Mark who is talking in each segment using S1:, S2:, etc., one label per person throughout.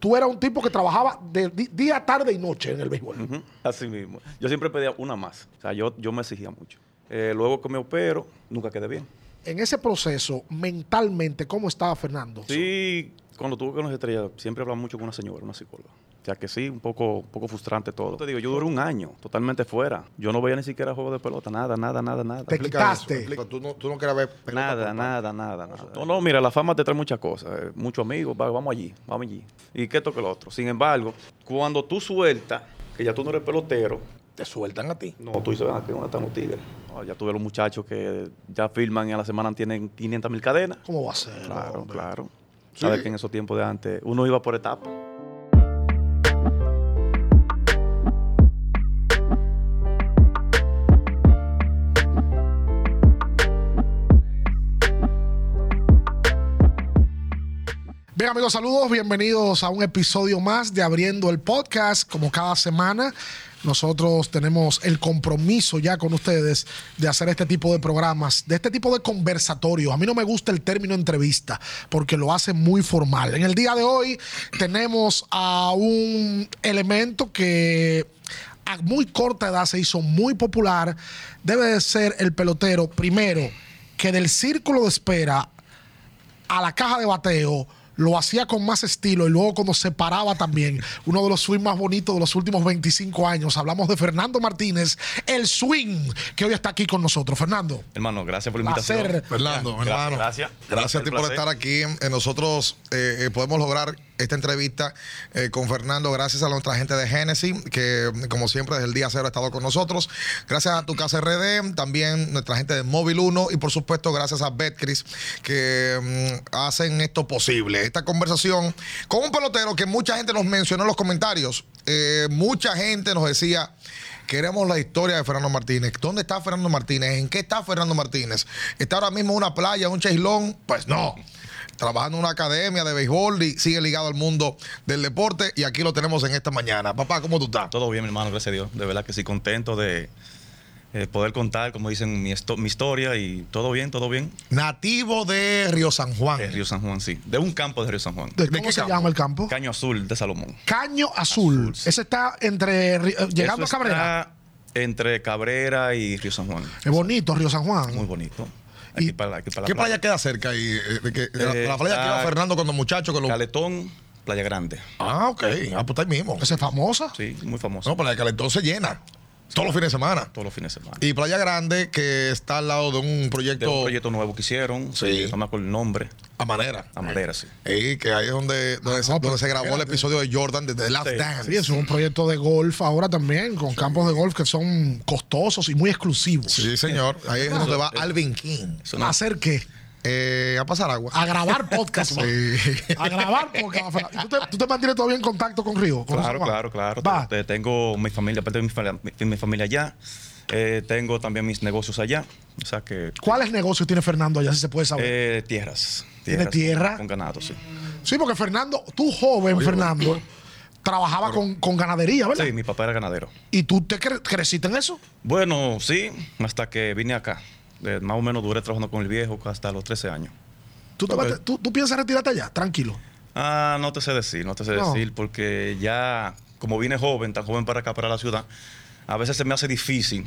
S1: tú eras un tipo que trabajaba de di- día, tarde y noche en el béisbol.
S2: Ujú, Así mismo. Yo siempre pedía una más. O sea, yo, yo me exigía mucho. Eh, luego que me opero, nunca quedé bien.
S1: En ese proceso, mentalmente, ¿cómo estaba Fernando?
S2: Sí, cuando tuve con las estrellas, siempre hablaba mucho con una señora, una psicóloga. O sea que sí, un poco, un poco frustrante todo. Te digo, yo duré un año totalmente fuera. Yo no veía ni siquiera juego de pelota, nada, nada, nada, nada.
S1: Te-
S3: Explica eso,
S1: quitaste.
S3: explica. Tú no, tú no querías ver pelota
S2: Nada,
S3: con-
S2: nada, nada, nada. No, no, mira, la fama te trae muchas cosas. eh, muchos amigos, va- vamos allí, vamos allí. Y que esto que lo otro. Sin embargo, cuando tú sueltas, que ya tú no eres pelotero,
S3: Te sueltan a ti.
S2: no, tú dices, "Ah, que van a estar los tigres. No, ya tuve los muchachos que ya firman y a la semana tienen 500 mil cadenas.
S1: ¿Cómo va a ser?
S2: Claro,
S1: hombre?
S2: claro.
S3: Sí.
S2: Sabes que en esos tiempos de antes uno iba por etapas.
S1: Bien, amigos, saludos. Bienvenidos a un episodio más de Abriendo el Podcast. Como cada semana, nosotros tenemos el compromiso ya con ustedes de hacer este tipo de programas, de este tipo de conversatorios. A mí no me gusta el término entrevista porque lo hace muy formal. En el día de hoy tenemos a un elemento que a muy corta edad se hizo muy popular. Debe de ser el pelotero, primero, que del círculo de espera a la caja de bateo, lo hacía con más estilo y luego cuando se paraba también, uno de los swings más bonitos de los últimos 25 años. Hablamos de Fernando Martínez, el swing que hoy está aquí con nosotros. Fernando,
S4: Hermano, gracias por la invitación.
S1: placer.
S3: Fernando, hermano.
S4: gracias.
S3: Gracias a ti
S4: Un
S3: por
S4: placer.
S3: estar aquí. Eh, nosotros eh, eh, podemos lograr esta entrevista eh, con Fernando gracias a nuestra gente de Genesis, que como siempre desde el día cero ha estado con nosotros. Gracias a Tu Casa RD, también nuestra gente de Móvil 1 y por supuesto gracias a Betcris que mm, hacen esto posible. Esta conversación con un pelotero que mucha gente nos mencionó en los comentarios. Eh, mucha gente nos decía... Queremos la historia de Fernando Martínez. ¿Dónde está Fernando Martínez? ¿En qué está Fernando Martínez? ¿Está ahora mismo en una playa, en un chaislón? Pues no. Trabajando en una academia de béisbol y sigue ligado al mundo del deporte. Y aquí lo tenemos en esta mañana. Papá, ¿cómo tú estás?
S4: Todo bien, mi hermano, gracias a Dios. De verdad que sí, contento de eh, poder contar, como dicen, mi, esto- mi historia y todo bien, todo bien.
S3: Nativo de Río San Juan.
S4: De Río San Juan, sí. De un campo de Río San Juan.
S1: ¿De
S3: ¿De
S1: ¿Cómo
S3: qué
S1: se
S3: campo?
S1: llama el campo?
S4: Caño Azul de Salomón.
S1: Caño Azul. Ese está entre Ri- eh, llegando a
S4: Eso
S1: Cabrera.
S4: está entre Cabrera y Río San Juan.
S1: Es bonito, Río San Juan.
S4: Muy bonito. Aquí
S1: ¿Y
S4: para, aquí para la
S3: ¿Qué playa queda cerca ahí? eh, de que- de la,
S4: Eh,
S3: la playa que iba
S4: está-
S3: Fernando cuando muchacho. Que lo...
S4: Caletón, Playa Grande.
S3: Ah, ok. Ah, pues está ahí mismo.
S1: Esa es famosa.
S4: Sí, muy famoso.
S3: No, para la Calentón se llena. Todos los fines de semana.
S4: Todos los fines de semana.
S3: Y Playa Grande, que está al lado de un
S4: de
S3: proyecto,
S4: un proyecto nuevo que hicieron.
S3: Sí.
S4: No me acuerdo el nombre.
S3: a manera.
S4: A madera, sí.
S3: Ey, que ahí es donde, donde, se,
S1: no,
S3: donde se grabó el episodio de Jordan de The Last
S4: Sí,
S3: Dance.
S1: Sí, es un proyecto de golf ahora también, con campos de golf que son costosos y muy exclusivos.
S3: Sí, señor. Ahí es donde va Alvin King.
S4: Eso no-
S1: ¿Hacer qué?
S3: Eh, a pasar agua.
S1: A grabar podcast. va.
S3: Sí.
S1: a grabar podcast. va, Fernando. ¿Tú te, tú te mantienes todavía en contacto con Río? con San
S4: Claro,
S1: Juan?
S4: claro, claro.
S1: Va.
S4: Te- Tengo mi familia, aparte de mi familia, mi- mi familia allá. Eh, tengo también mis negocios allá. O sea que.
S1: ¿Cuáles negocios tiene Fernando allá, si se puede saber?
S4: eh, tierras.
S1: ¿Tiene tierra?
S4: Con ganado, sí.
S1: sí, porque Fernando, tú joven, Fernando, trabajaba con, con ganadería, ¿verdad?
S4: Sí, mi papá era ganadero.
S1: ¿Y tú te cre- creciste en eso?
S4: Bueno, sí, hasta que vine acá. Eh, más o menos duré trabajando con el viejo hasta los 13 años.
S1: ¿Tú, te vas a- tú- tú piensas retirarte allá? Tranquilo.
S4: Ah, no te sé decir, no te sé
S1: No.
S4: decir, porque ya, como vine joven, tan joven para acá, para la ciudad, a veces se me hace difícil.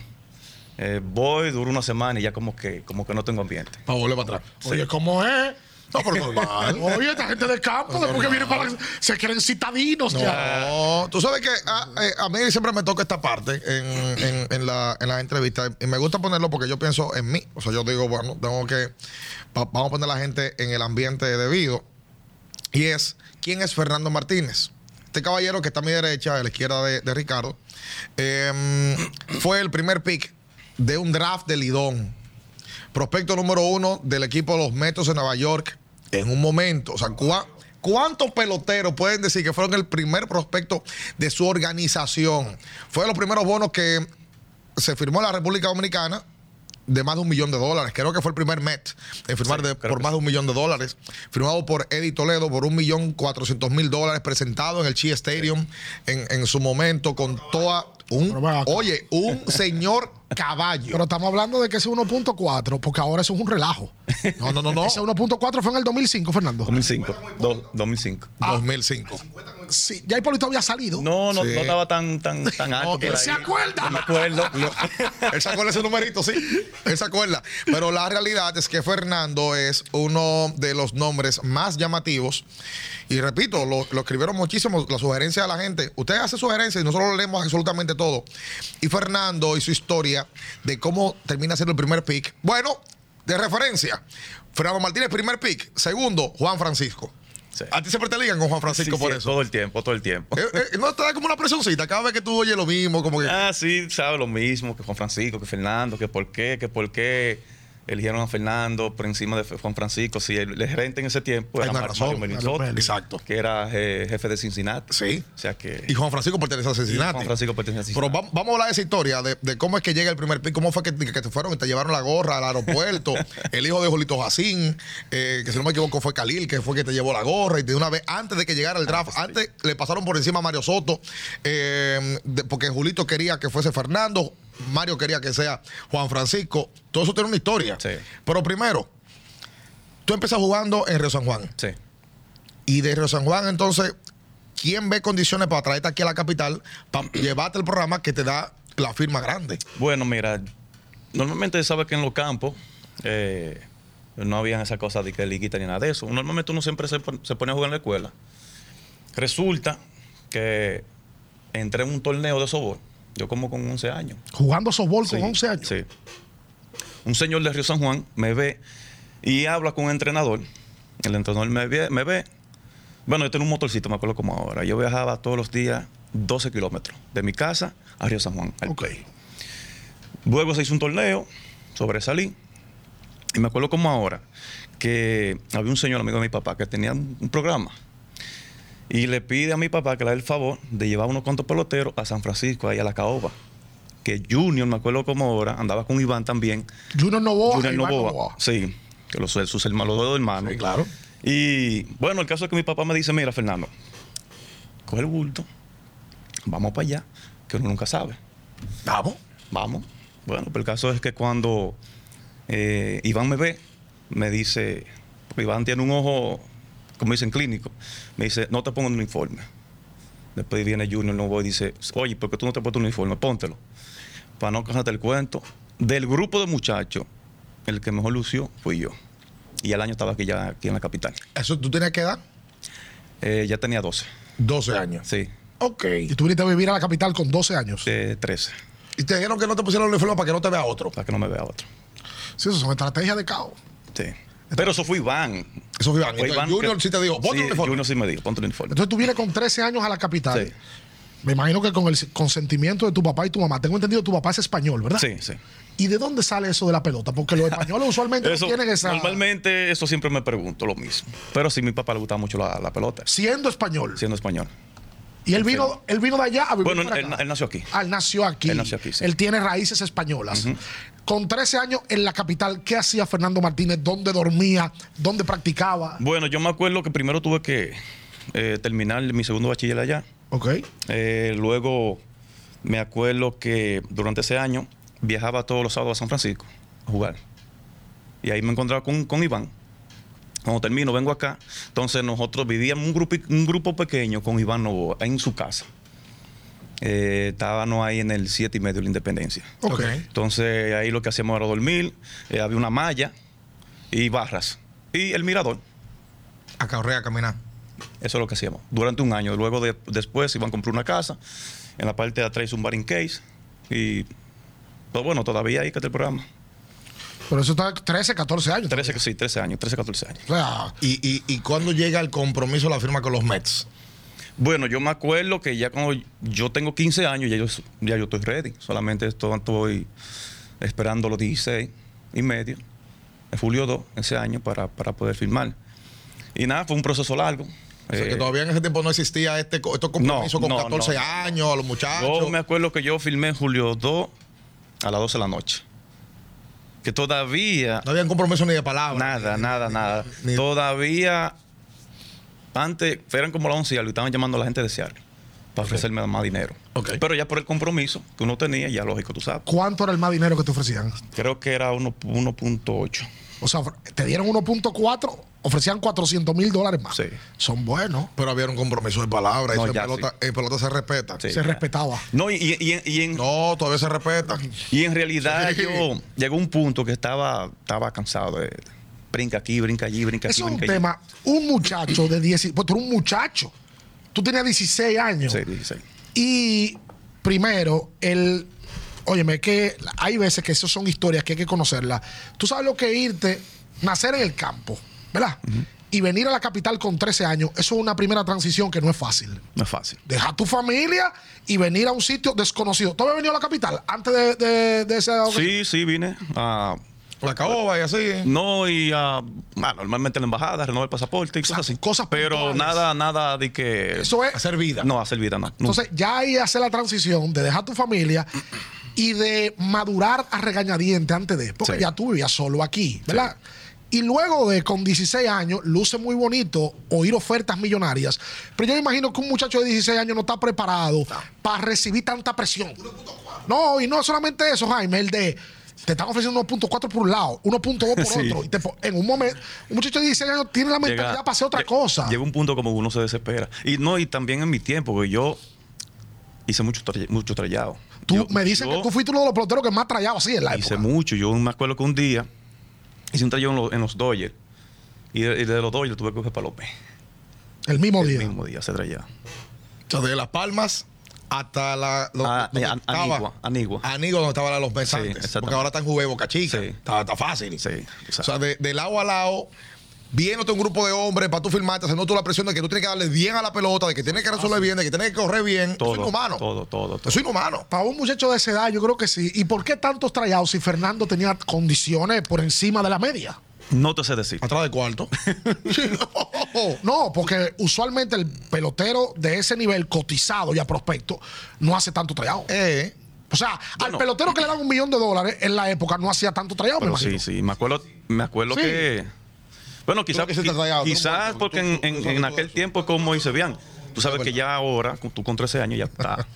S4: Eh, voy, duro una semana y ya como que, como que no tengo ambiente.
S3: Para volver para atrás.
S1: Oye, ¿cómo es?
S3: No, pero normal.
S1: Oye, esta gente de campo, después que viene para... la- Se creen citadinos ya.
S3: No, tú sabes que a, eh, a mí siempre me toca esta parte en, en- en la, en las entrevistas y me gusta ponerlo porque yo pienso en mí. O sea, yo digo, bueno, tengo que, va- vamos a poner a la gente en el ambiente debido. Y es, ¿quién es Fernando Martínez? Este caballero que está a mi derecha, a la izquierda de, de Ricardo, em, fue el primer pick de un draft de Lidón. Prospecto número uno del equipo de los Metros de Nueva York en un momento. O sea, ¿cuá- ¿cuántos peloteros pueden decir que fueron el primer prospecto de su organización? Fue de los primeros bonos que se firmó en la República Dominicana de más de un millón de dólares. Creo que fue el primer Met en firmar
S4: Sí,
S3: de-
S4: creo
S3: por
S4: que
S3: más de un millón de dólares. Firmado por Eddie Toledo por un millón cuatrocientos mil dólares. Presentado en el Chi Stadium en, en su momento con toda... Un,
S1: Pero ven acá.
S3: oye, un señor caballo.
S1: Pero estamos hablando de que ese 1.4, porque ahora eso es un relajo.
S3: No, no, no, no.
S1: Ese 1.4 fue en el 2005, Fernando.
S4: 2005. do- 2005.
S3: 2005.
S1: Sí, ya Hipólito había salido.
S4: No, no,
S3: Sí.
S4: no estaba tan, tan, tan alto. por
S1: él
S4: ahí.
S1: se acuerda.
S4: No me acuerdo.
S3: Él se acuerda ese numerito, sí. Él se acuerda. Pero la realidad es que Fernando es uno de los nombres más llamativos. Y repito, lo, lo escribieron muchísimo, la sugerencia de la gente. Usted hace sugerencias y nosotros leemos absolutamente todo. Y Fernando y su historia de cómo termina siendo el primer pick. Bueno, de referencia, Fernando Martínez, primer pick. Segundo, Juan Francisco.
S4: Sí.
S3: A ti siempre te ligan con
S4: Sí,
S3: Juan Francisco por
S4: sí,
S3: eso.
S4: Todo el tiempo, todo el tiempo.
S3: Eh, eh, no te da como una presioncita cada vez que tú oyes lo mismo, como que.
S4: Ah, sí, sabe lo mismo que Juan Francisco, que Fernando, que por qué, que por qué eligieron a Fernando por encima de F- Juan Francisco. Si el, el gerente en ese tiempo
S3: Hay
S4: era
S3: una
S4: Mar-
S3: razón,
S4: Mario Melizot,
S1: Mario Meli.
S3: Exacto.
S4: que era eh, jefe de Cincinnati.
S3: Sí.
S4: O sea que.
S3: Y Juan Francisco pertenece a Cincinnati.
S4: Y Juan Francisco pertenece a
S3: Pero
S4: Cincinnati.
S3: vam- vamos a hablar de esa historia, de, de cómo es que llega el primer pick, cómo fue que, que te fueron y te llevaron la gorra al aeropuerto. el hijo de Julito Jacín, eh, que si no me equivoco fue Khalil, que fue que te llevó la gorra. Y de una vez, antes de que llegara el
S4: Ah, pues
S3: draft, antes le pasaron por encima a Mario Soto, eh, de- porque Julito quería que fuese Fernando, Mario quería que sea Juan Francisco. Todo eso tiene una historia.
S4: Sí.
S3: Pero primero, tú empiezas jugando en Río San Juan.
S4: Sí.
S3: Y de Río San Juan, entonces, ¿quién ve condiciones para traerte aquí a la capital, para llevarte el programa que te da la firma grande?
S4: Bueno, mira, normalmente sabes que en los campos eh, no habían esas cosas de que liguita ni nada de eso. Normalmente uno siempre se, pon- se pone a jugar en la escuela. Resulta que entré en un torneo de softball. Yo como con 11 años.
S1: Jugando softball
S4: Sí,
S1: con 11 años.
S4: Sí. Un señor de Río San Juan me ve y habla con un entrenador. El entrenador me ve. Me ve. Bueno, yo tenía un motorcito, me acuerdo como ahora. Yo viajaba todos los días 12 kilómetros de mi casa a Río San Juan. al
S1: Ok.
S4: play. Luego se hizo un torneo, sobresalí. Y me acuerdo como ahora que había un señor amigo de mi papá que tenía un un programa. Y le pide a mi papá que le dé el favor de llevar unos cuantos peloteros a San Francisco, ahí a la caoba. Que Junior, me acuerdo como ahora, andaba con Iván también.
S1: Junior Novoa.
S4: Junior
S1: Oh, Iván
S4: Novoa. Sí, que los, sus hermanos, los dos hermanos.
S3: claro.
S4: Y bueno, el caso es que mi papá me dice, mira, Fernando, coge el bulto, vamos para allá, que uno nunca sabe.
S3: Vamos.
S4: Vamos. Bueno, pero el caso es que cuando eh, Iván me ve, me dice, porque Iván tiene un ojo, como dicen, clínico, me dice, no te pongo un uniforme. Después viene Junior, no voy, dice, oye, ¿por qué tú no te pones un uniforme? Póntelo. Para no cansarte el cuento, del grupo de muchachos, el que mejor lució fui yo. Y al año estaba aquí ya aquí en la capital.
S3: Eso tú tenías que edad?
S4: Eh, ya tenía 12.
S3: 12 años.
S4: Sí,
S3: Ok.
S1: Y tú viniste a vivir a la capital con 12 años.
S4: de 13,
S3: Y te dijeron que no te pusieron el uniforme para que no te vea otro.
S4: para que no me vea otro.
S1: Sí, eso son estrategias de caos.
S4: Sí. Pero eso fue Iván.
S3: Eso fue Iván.
S4: Fue
S3: Entonces, Junior
S4: que-
S3: sí te dijo, ponte
S4: sí,
S3: el uniforme.
S4: Junior sí me dijo, ponte el uniforme.
S1: Entonces tú vienes con 13 años a la capital.
S4: Sí.
S1: Me imagino que con el consentimiento de tu papá y tu mamá. Tengo entendido tu papá es español, ¿verdad?
S4: Sí, sí.
S1: ¿Y de dónde sale eso de la pelota? Porque los españoles usualmente
S4: Eso,
S1: no tienen esa.
S4: Normalmente eso siempre me pregunto lo mismo. Pero sí, mi papá le gustaba mucho la, la pelota,
S1: Siendo español.
S4: siendo español.
S1: Y él vino, él vino de allá a vivir.
S4: Bueno,
S1: para
S4: él-
S1: acá.
S4: él nació aquí.
S1: Ah, él nació aquí.
S4: Él nació aquí, sí.
S1: Él tiene raíces españolas. Con 13 años en la capital, ¿qué hacía Fernando Martínez? ¿Dónde dormía? ¿Dónde practicaba?
S4: Bueno, yo me acuerdo que primero tuve que eh, terminar mi segundo bachiller allá.
S1: Ok.
S4: Eh, luego me acuerdo que durante ese año viajaba todos los sábados a San Francisco a jugar. Y ahí me encontraba con, con Iván. Cuando termino, vengo acá. Entonces nosotros vivíamos un grupo, un grupo pequeño con Iván Novoa en su casa. Eh, estábamos ahí en el 7 y medio de la Independencia.
S1: Ok.
S4: Entonces ahí lo que hacíamos era dormir. eh, había una malla y barras. Y el mirador.
S3: A correr, a caminar.
S4: Eso es lo que hacíamos. Durante un año. Luego de- después iban a comprar una casa. En la parte de atrás hizo un bar in case. Y pues bueno, todavía ahí que está el programa.
S1: Pero eso está 13, 14 años.
S4: 13, que sí, 13 años, 13, 14 años.
S1: O sea,
S3: ¿Y, y, y cuándo llega el compromiso de la firma con los Mets?
S4: Bueno, yo me acuerdo que ya cuando yo tengo 15 años, ya yo, ya yo estoy ready. Solamente esto- estoy esperando los 16 y medio, en julio 2, ese año, para, para poder firmar. Y nada, fue un proceso largo.
S3: O sea,
S4: Eh,
S3: que todavía en ese tiempo no existía este, co- estos compromisos
S4: No,
S3: con
S4: no,
S3: 14
S4: no.
S3: años, a los muchachos.
S4: Yo me acuerdo que yo filmé Julio 2 a las 12 de la noche. Que todavía,
S3: No habían compromiso ni de palabra.
S4: nada, nada, nada.
S3: ni-
S4: Todavía, antes, eran como las 11 y algo, y estaban llamando a la gente de Seattle para ofrecerme más dinero.
S3: Ok.
S4: Pero ya por el compromiso que uno tenía, ya lógico, tú sabes.
S1: ¿Cuánto era el más dinero que te ofrecían?
S4: Creo que era uno- 1.8.
S1: O sea, ofre- te dieron 1.4, ofrecían 400 mil dólares más.
S4: Sí.
S1: Son buenos.
S3: Pero había un compromiso de palabra.
S4: No,
S3: eso en,
S4: ya,
S3: pelota, en pelota se respeta.
S4: Sí.
S1: Se respetaba.
S4: No, y, y- y- y en,
S3: No, todavía se respeta.
S4: y en realidad
S3: Sí.
S4: yo llegó un punto que estaba, estaba cansado de brinca aquí, brinca allí, brinca aquí,
S1: Eso es un
S4: brinca allí.
S1: tema. Un muchacho de 10. Pues tú eres un muchacho. Tú tenías 16 años.
S4: Sí, 16.
S1: Y primero, el. Óyeme, que hay veces que esas son historias que hay que conocerlas. Tú sabes lo que irte, nacer en el campo, ¿verdad? Y venir a la capital con 13 años, eso es una primera transición que no es fácil.
S4: No es fácil.
S1: Dejar tu familia y venir a un sitio desconocido. ¿Tú habías venido a la capital antes de, de- de esa ocasión?
S4: Sí, sí, vine a...
S3: La caoba y así.
S4: No, y ah, ah, normalmente en la embajada, renovar el pasaporte y cosas así.
S1: cosas
S4: Pero
S1: puntuales.
S4: nada, nada de que.
S1: Eso es.
S3: Hacer vida.
S4: No, hacer vida, no. nunca.
S1: Entonces, ya ahí hace la transición de dejar tu familia y de madurar a regañadiente antes de. Porque
S4: Sí.
S1: ya tú vivías solo aquí, ¿verdad? Y luego de con 16 años, luce muy bonito oír ofertas millonarias. Pero yo me imagino que un muchacho de 16 años no está preparado para recibir tanta presión. No, y no solamente eso, Jaime, el de. Te están ofreciendo 1.4 por un lado, 1.2 por
S4: Sí.
S1: otro. Y te po- en un momento, un muchacho de 16 años tiene la mentalidad
S4: Llega- eh,
S1: para hacer otra
S4: lle-
S1: cosa.
S4: Llega un punto como uno se desespera. Y no, y también en mi tiempo, porque yo hice mucho, tra- mucho trallado.
S1: Tú
S4: Yo-
S1: me dicen
S4: yo
S1: que tú fuiste uno de los peloteros que más trallado así en la
S4: Hice
S1: época.
S4: mucho. Yo me acuerdo que un día hice un trallado en, los- en los Dodgers. Y de, y de los Dodgers tuve que coger Palomé.
S1: El mismo
S4: El
S1: día.
S4: mismo día se trallaba.
S3: O sea, de Las Palmas hasta la. lo-
S4: Ah,
S3: donde
S4: eh, An-
S3: estaba-
S4: Anigua, Anigua.
S3: Anigua, donde estaban los meses
S4: Sí,
S3: antes. Porque
S4: exactamente.
S3: ahora están Juve y Boca Chica.
S4: Sí.
S3: Está, está fácil.
S4: Sí,
S3: O
S4: exacto.
S3: sea, de, de lado a lado. Viéndote un grupo de hombres para tú filmarte, haciendo tú la presión de que tú tienes que darle bien a la pelota, de que tienes que resolver bien, de que tienes que correr bien.
S4: Ah, todo,
S3: Eso es inhumano.
S4: todo, todo, todo.
S3: Eso es inhumano.
S1: Para un muchacho de esa edad, yo creo que sí. ¿Y por qué tantos trayados si Fernando tenía condiciones por encima de la media?
S4: No te sé decir.
S3: Atrás de cuarto. Sí, no.
S1: No, porque usualmente el pelotero de ese nivel cotizado y a prospecto no hace tanto trayado.
S3: Eh,
S1: O sea, al
S4: Bueno.
S1: pelotero que le dan un millón de dólares en la época no hacía tanto trayado, me
S4: Pero
S1: imagino.
S4: sí, sí, me acuerdo, me acuerdo
S1: Sí.
S4: que. Bueno,
S3: lo
S4: quizás
S3: que se te ha tragado, tú no
S4: quizás
S3: puedes, tú-
S4: porque
S3: tú-
S4: en,
S3: tú
S4: en-
S3: sabes
S4: en
S3: todo
S4: aquel
S3: eso.
S4: tiempo, como dice bien, tú sabes que
S3: verdad.
S4: ya ahora, con- tú con 13 años ya está,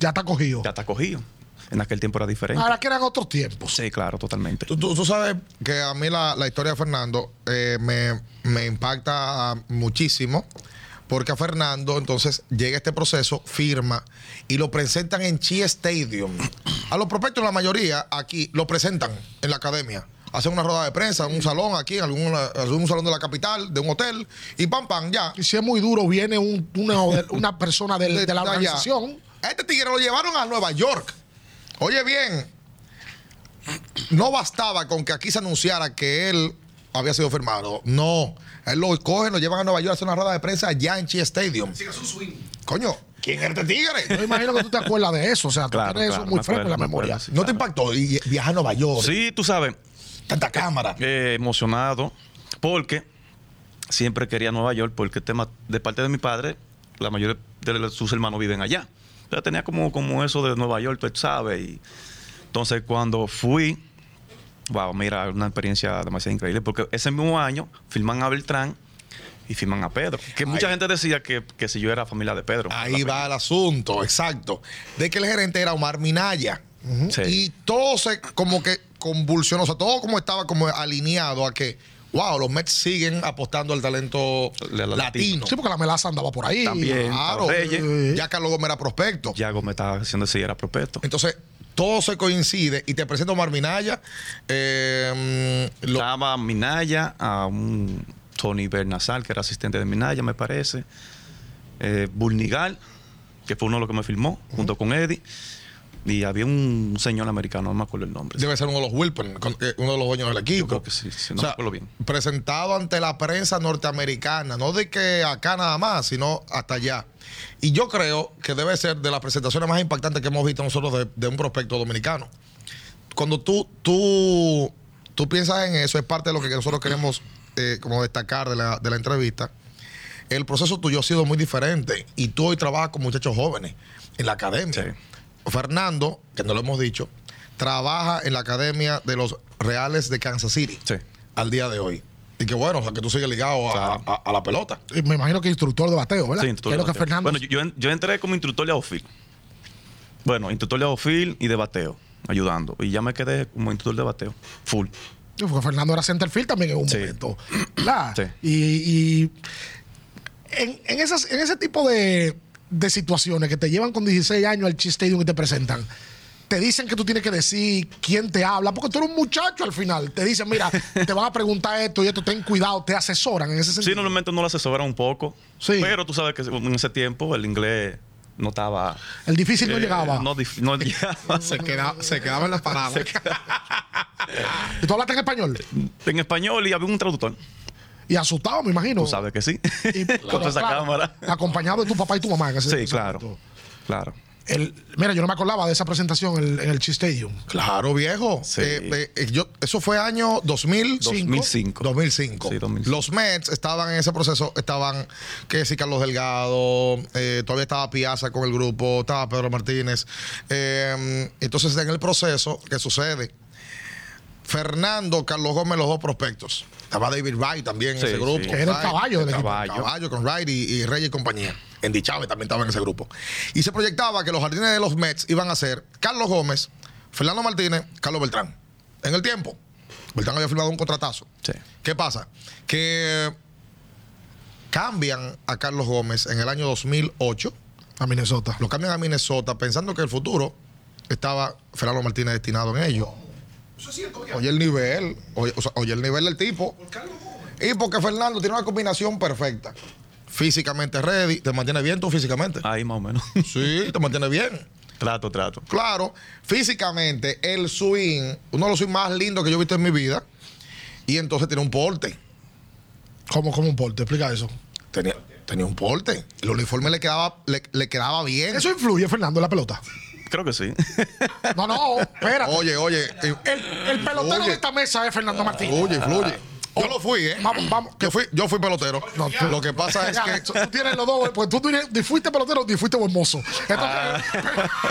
S1: Ya está cogido.
S4: ya está cogido. En aquel tiempo era diferente.
S1: Ahora que eran otros tiempos.
S4: Sí, claro, totalmente.
S3: Ah. tú, tú- tú sabes que a mí la, la historia de Fernando eh, me, me impacta ah, muchísimo. Porque a Fernando, entonces, llega este proceso, firma y lo presentan en Chi Stadium. A los prospectos, la mayoría aquí, lo presentan en la academia. Hacen una rueda de prensa, en un salón aquí, en algún, algún salón de la capital, de un hotel, y pam, pam, ya.
S1: Y si es muy duro, viene un- una, una persona del- de, la
S3: allá.
S1: organización.
S3: A Este tigre lo llevaron a Nueva York. Oye bien, no bastaba con que aquí se anunciara que él había sido firmado. No, él lo cogen, lo llevan a Nueva York a hacer una rueda de prensa allá en Chia Stadium. Coño, ¿quién era este
S1: Yo me
S3: tigre?
S1: imagino que tú te acuerdas de eso. O sea, tú
S4: Claro,
S1: tienes
S4: claro,
S1: eso muy
S4: me
S1: fresco en la
S4: acuerdo, me
S1: memoria.
S4: acuerdo,
S3: ¿No te impactó? Y viaja a Nueva York,
S4: Sí, tú sabes,
S3: tanta cámara.
S4: eh, emocionado, porque siempre quería Nueva York, porque el tema, de parte de mi padre, la mayoría de los- sus hermanos viven allá. Yo tenía como, como eso de Nueva York, tú sabes. Y entonces cuando fui, wow, mira, una experiencia demasiado increíble, porque ese mismo año filman a Beltrán y filman a Pedro. Que mucha gente decía que, que si yo era familia de Pedro.
S3: Ahí va el asunto, exacto. De que el gerente era Omar Minaya.
S4: Sí.
S3: Y todo se como que convulsionó, o sea, todo como estaba como alineado a que, wow, los Mets siguen apostando al talento
S4: La- la-
S3: latino.
S1: Sí, porque la melaza andaba por ahí.
S4: También.
S3: Claro,
S4: Reyes.
S3: ya Carlos Gómez era prospecto.
S4: Yago me estaba haciendo si era prospecto.
S3: Entonces, todo se coincide y te presento a Omar Minaya. eh, lo-
S4: Estaba Minaya, a un Tony Bernasal, que era asistente de Minaya, me parece. Eh, Burnigal, que fue uno de los que me filmó, junto con Eddie. Y había un señor americano, no me acuerdo el nombre.
S3: Debe ser uno de los Wilpon, con- eh, uno de los dueños del equipo.
S4: Yo creo que sí, sí, no me acuerdo bien.
S3: Presentado ante la prensa norteamericana, no de que acá nada más, sino hasta allá. Y yo creo que debe ser de las presentaciones más impactantes que hemos visto nosotros de, de un prospecto dominicano. Cuando tú, tú, tú piensas en eso, es parte de lo que nosotros queremos eh, como destacar de la, de la entrevista. El proceso tuyo ha sido muy diferente y tú hoy trabajas con muchachos jóvenes en la academia.
S4: Sí.
S3: Fernando, que no lo hemos dicho, trabaja en la academia de los Reales de Kansas City
S4: Sí.
S3: al día de hoy. Y que bueno, o sea, que tú sigues ligado a,
S4: Claro.
S3: a- a la pelota.
S1: Y eh, me imagino que instructor de bateo, ¿verdad?
S4: Sí,
S1: Que
S4: instructor
S1: es lo
S4: de
S1: que
S4: bateo.
S1: Fernando.
S4: Bueno, yo- yo, en- yo entré como instructor de outfield. Bueno, instructor de outfield y de bateo, ayudando. Y ya me quedé como instructor de bateo, full.
S1: Porque Fernando era centerfield también en un
S4: Sí.
S1: momento. ¿verdad?
S4: Sí.
S1: Y, y en, en esas, en ese tipo de, de situaciones que te llevan con 16 años al Cheese Stadium y te presentan, te dicen que tú tienes que decir quién te habla, porque tú eres un muchacho al final. Te dicen, mira, te van a preguntar esto y esto, ten cuidado, te asesoran en ese
S4: Sí,
S1: sentido.
S4: normalmente uno lo asesora un poco.
S1: Sí.
S4: Pero tú sabes que en ese tiempo el inglés no estaba...
S1: El difícil no
S4: eh,
S1: llegaba.
S4: No, dif- no llegaba.
S5: Se, queda, se quedaba en las palabras.
S1: Y tú hablaste en español.
S4: en español y había un traductor.
S1: Y asustado, me imagino.
S4: Tú sabes que sí.
S1: Oh. Y-
S4: Con toda esa
S1: claro,
S4: cámara.
S1: Acompañado de tu papá y tu mamá. en ese- en
S4: Sí,
S1: ese
S4: claro.
S1: momento.
S4: Claro.
S1: El- mira, yo no me acordaba de esa presentación en, el- en el Cheese Stadium.
S3: Claro, viejo.
S4: Sí.
S3: Eh, eh, yo- eso fue año 2005.
S4: 2005.
S3: 2005.
S4: Sí, 2005.
S3: Los Mets estaban en ese proceso, estaban, que sí, Carlos Delgado, eh, todavía estaba Piazza con el grupo, estaba Pedro Martínez. Eh, entonces, en el proceso, ¿qué sucede? Fernando, Carlos Gómez, los dos prospectos. Estaba David Wright también
S4: Sí,
S3: en ese grupo.
S4: sí.
S1: Que era el
S3: Wright,
S1: caballo del equipo.
S4: Caballo.
S3: caballo con Wright y, y Reyes y compañía. Andy Chávez también estaba en ese grupo. Y se proyectaba que los jardines de los Mets iban a ser Carlos Gómez, Fernando Martínez, Carlos Beltrán. En el tiempo, Beltrán había firmado un contratazo.
S4: Sí.
S3: ¿Qué pasa? Que cambian a Carlos Gómez en el año 2008,
S1: A Minnesota.
S3: lo cambian a Minnesota pensando que el futuro estaba Fernando Martínez destinado en ello. Oye el nivel, oye, o sea, oye el nivel del tipo. Y porque Fernando tiene una combinación perfecta. Físicamente ready, te mantiene bien tú físicamente.
S4: Ahí más o menos.
S3: Sí, te mantiene bien.
S4: trato, trato.
S3: Claro, físicamente el swing, uno de los swing más lindos que yo he visto en mi vida. Y entonces tiene un porte.
S1: ¿Cómo, cómo un porte? Explica eso.
S3: Tenía, tenía un porte. El uniforme le quedaba, le, le quedaba bien.
S1: Eso influye, Fernando, en la pelota.
S4: Creo que sí.
S1: No, no, espérate.
S3: Oye, oye. eh,
S1: El, el pelotero
S3: Oye.
S1: de esta mesa es Fernando Martínez.
S3: Fluye, fluye. Yo lo fui, ¿eh?
S1: Vamos, vamos.
S3: Yo fui, yo fui pelotero.
S1: No, tú-
S3: lo que pasa es
S1: Ya,
S3: que.
S1: tú tienes los dos, pues tú tienes- ni fuiste pelotero ni fuiste buen mozo. Entonces,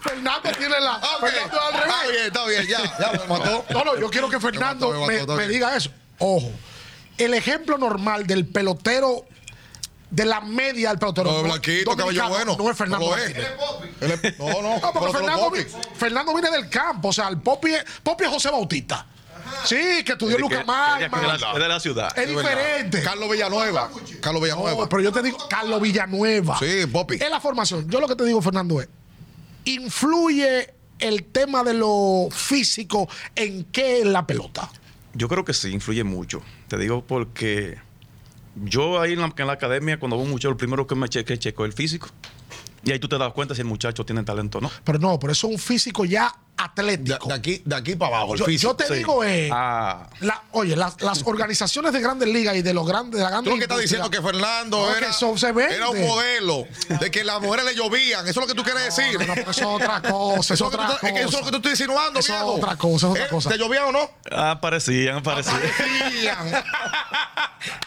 S1: Fernando tiene la.
S3: Ah, ok.
S1: Fernando al revés.
S3: Está bien, está bien, ya. Ya me mató.
S1: No, no, yo quiero que Fernando
S3: Me mató, me
S1: me,
S3: mató,
S1: me
S3: ok.
S1: diga eso. Ojo, el ejemplo normal del pelotero de la media al pelotero
S3: No, es blanquito,
S1: dominicano
S3: cabello bueno.
S1: no es Fernando.
S3: No lo es.
S1: Martínez.
S3: Él es- No,
S1: No,
S3: no.
S1: porque
S3: pelotero
S1: Fernando,
S3: popi.
S1: vi- Fernando viene del campo, o sea, el Popi es, Popi es José Bautista. Sí, que estudió
S4: Que- que-
S1: Lucas
S4: que- que-
S1: Maima.
S4: que- Es de la ciudad.
S1: Es
S3: Es verdad.
S1: diferente.
S3: Carlos Villanueva. Carlos Villanueva.
S1: No, pero yo te digo, Carlos Villanueva.
S3: Sí, Popi.
S1: Es la formación. Yo lo que te digo, Fernando, es, ¿influye el tema de lo físico en qué en la pelota?
S4: Yo creo que sí, influye mucho. Te digo porque yo ahí en la, en la academia, cuando veo un muchacho, lo primero que me cheque, checo es el físico. Y ahí tú te das cuenta si el muchacho tiene talento o no.
S1: Pero no, pero eso es un físico ya
S3: de,
S1: atlético.
S3: de aquí, de aquí para abajo, el
S1: yo,
S3: físico.
S1: yo te
S4: Sí.
S1: digo, eh,
S4: Ah,
S1: la- oye, las, las organizaciones de grandes ligas y de los grandes, de la
S3: Tú
S1: grande
S3: lo que estás
S1: industria-
S3: diciendo que Fernando
S1: No,
S3: era,
S1: que eso se vende.
S3: era un modelo de que las mujeres le llovían. Eso es lo que tú quieres decir.
S1: No, no, porque eso es otra cosa, eso es
S3: lo que tú
S1: otra
S3: estás- es que eso es lo que
S1: cosa.
S3: tú estás insinuando,
S1: Eso es
S3: viejo.
S1: otra cosa, es otra
S3: ¿Eh?
S1: cosa.
S3: ¿Te llovían o no?
S4: ah, parecían, parecían.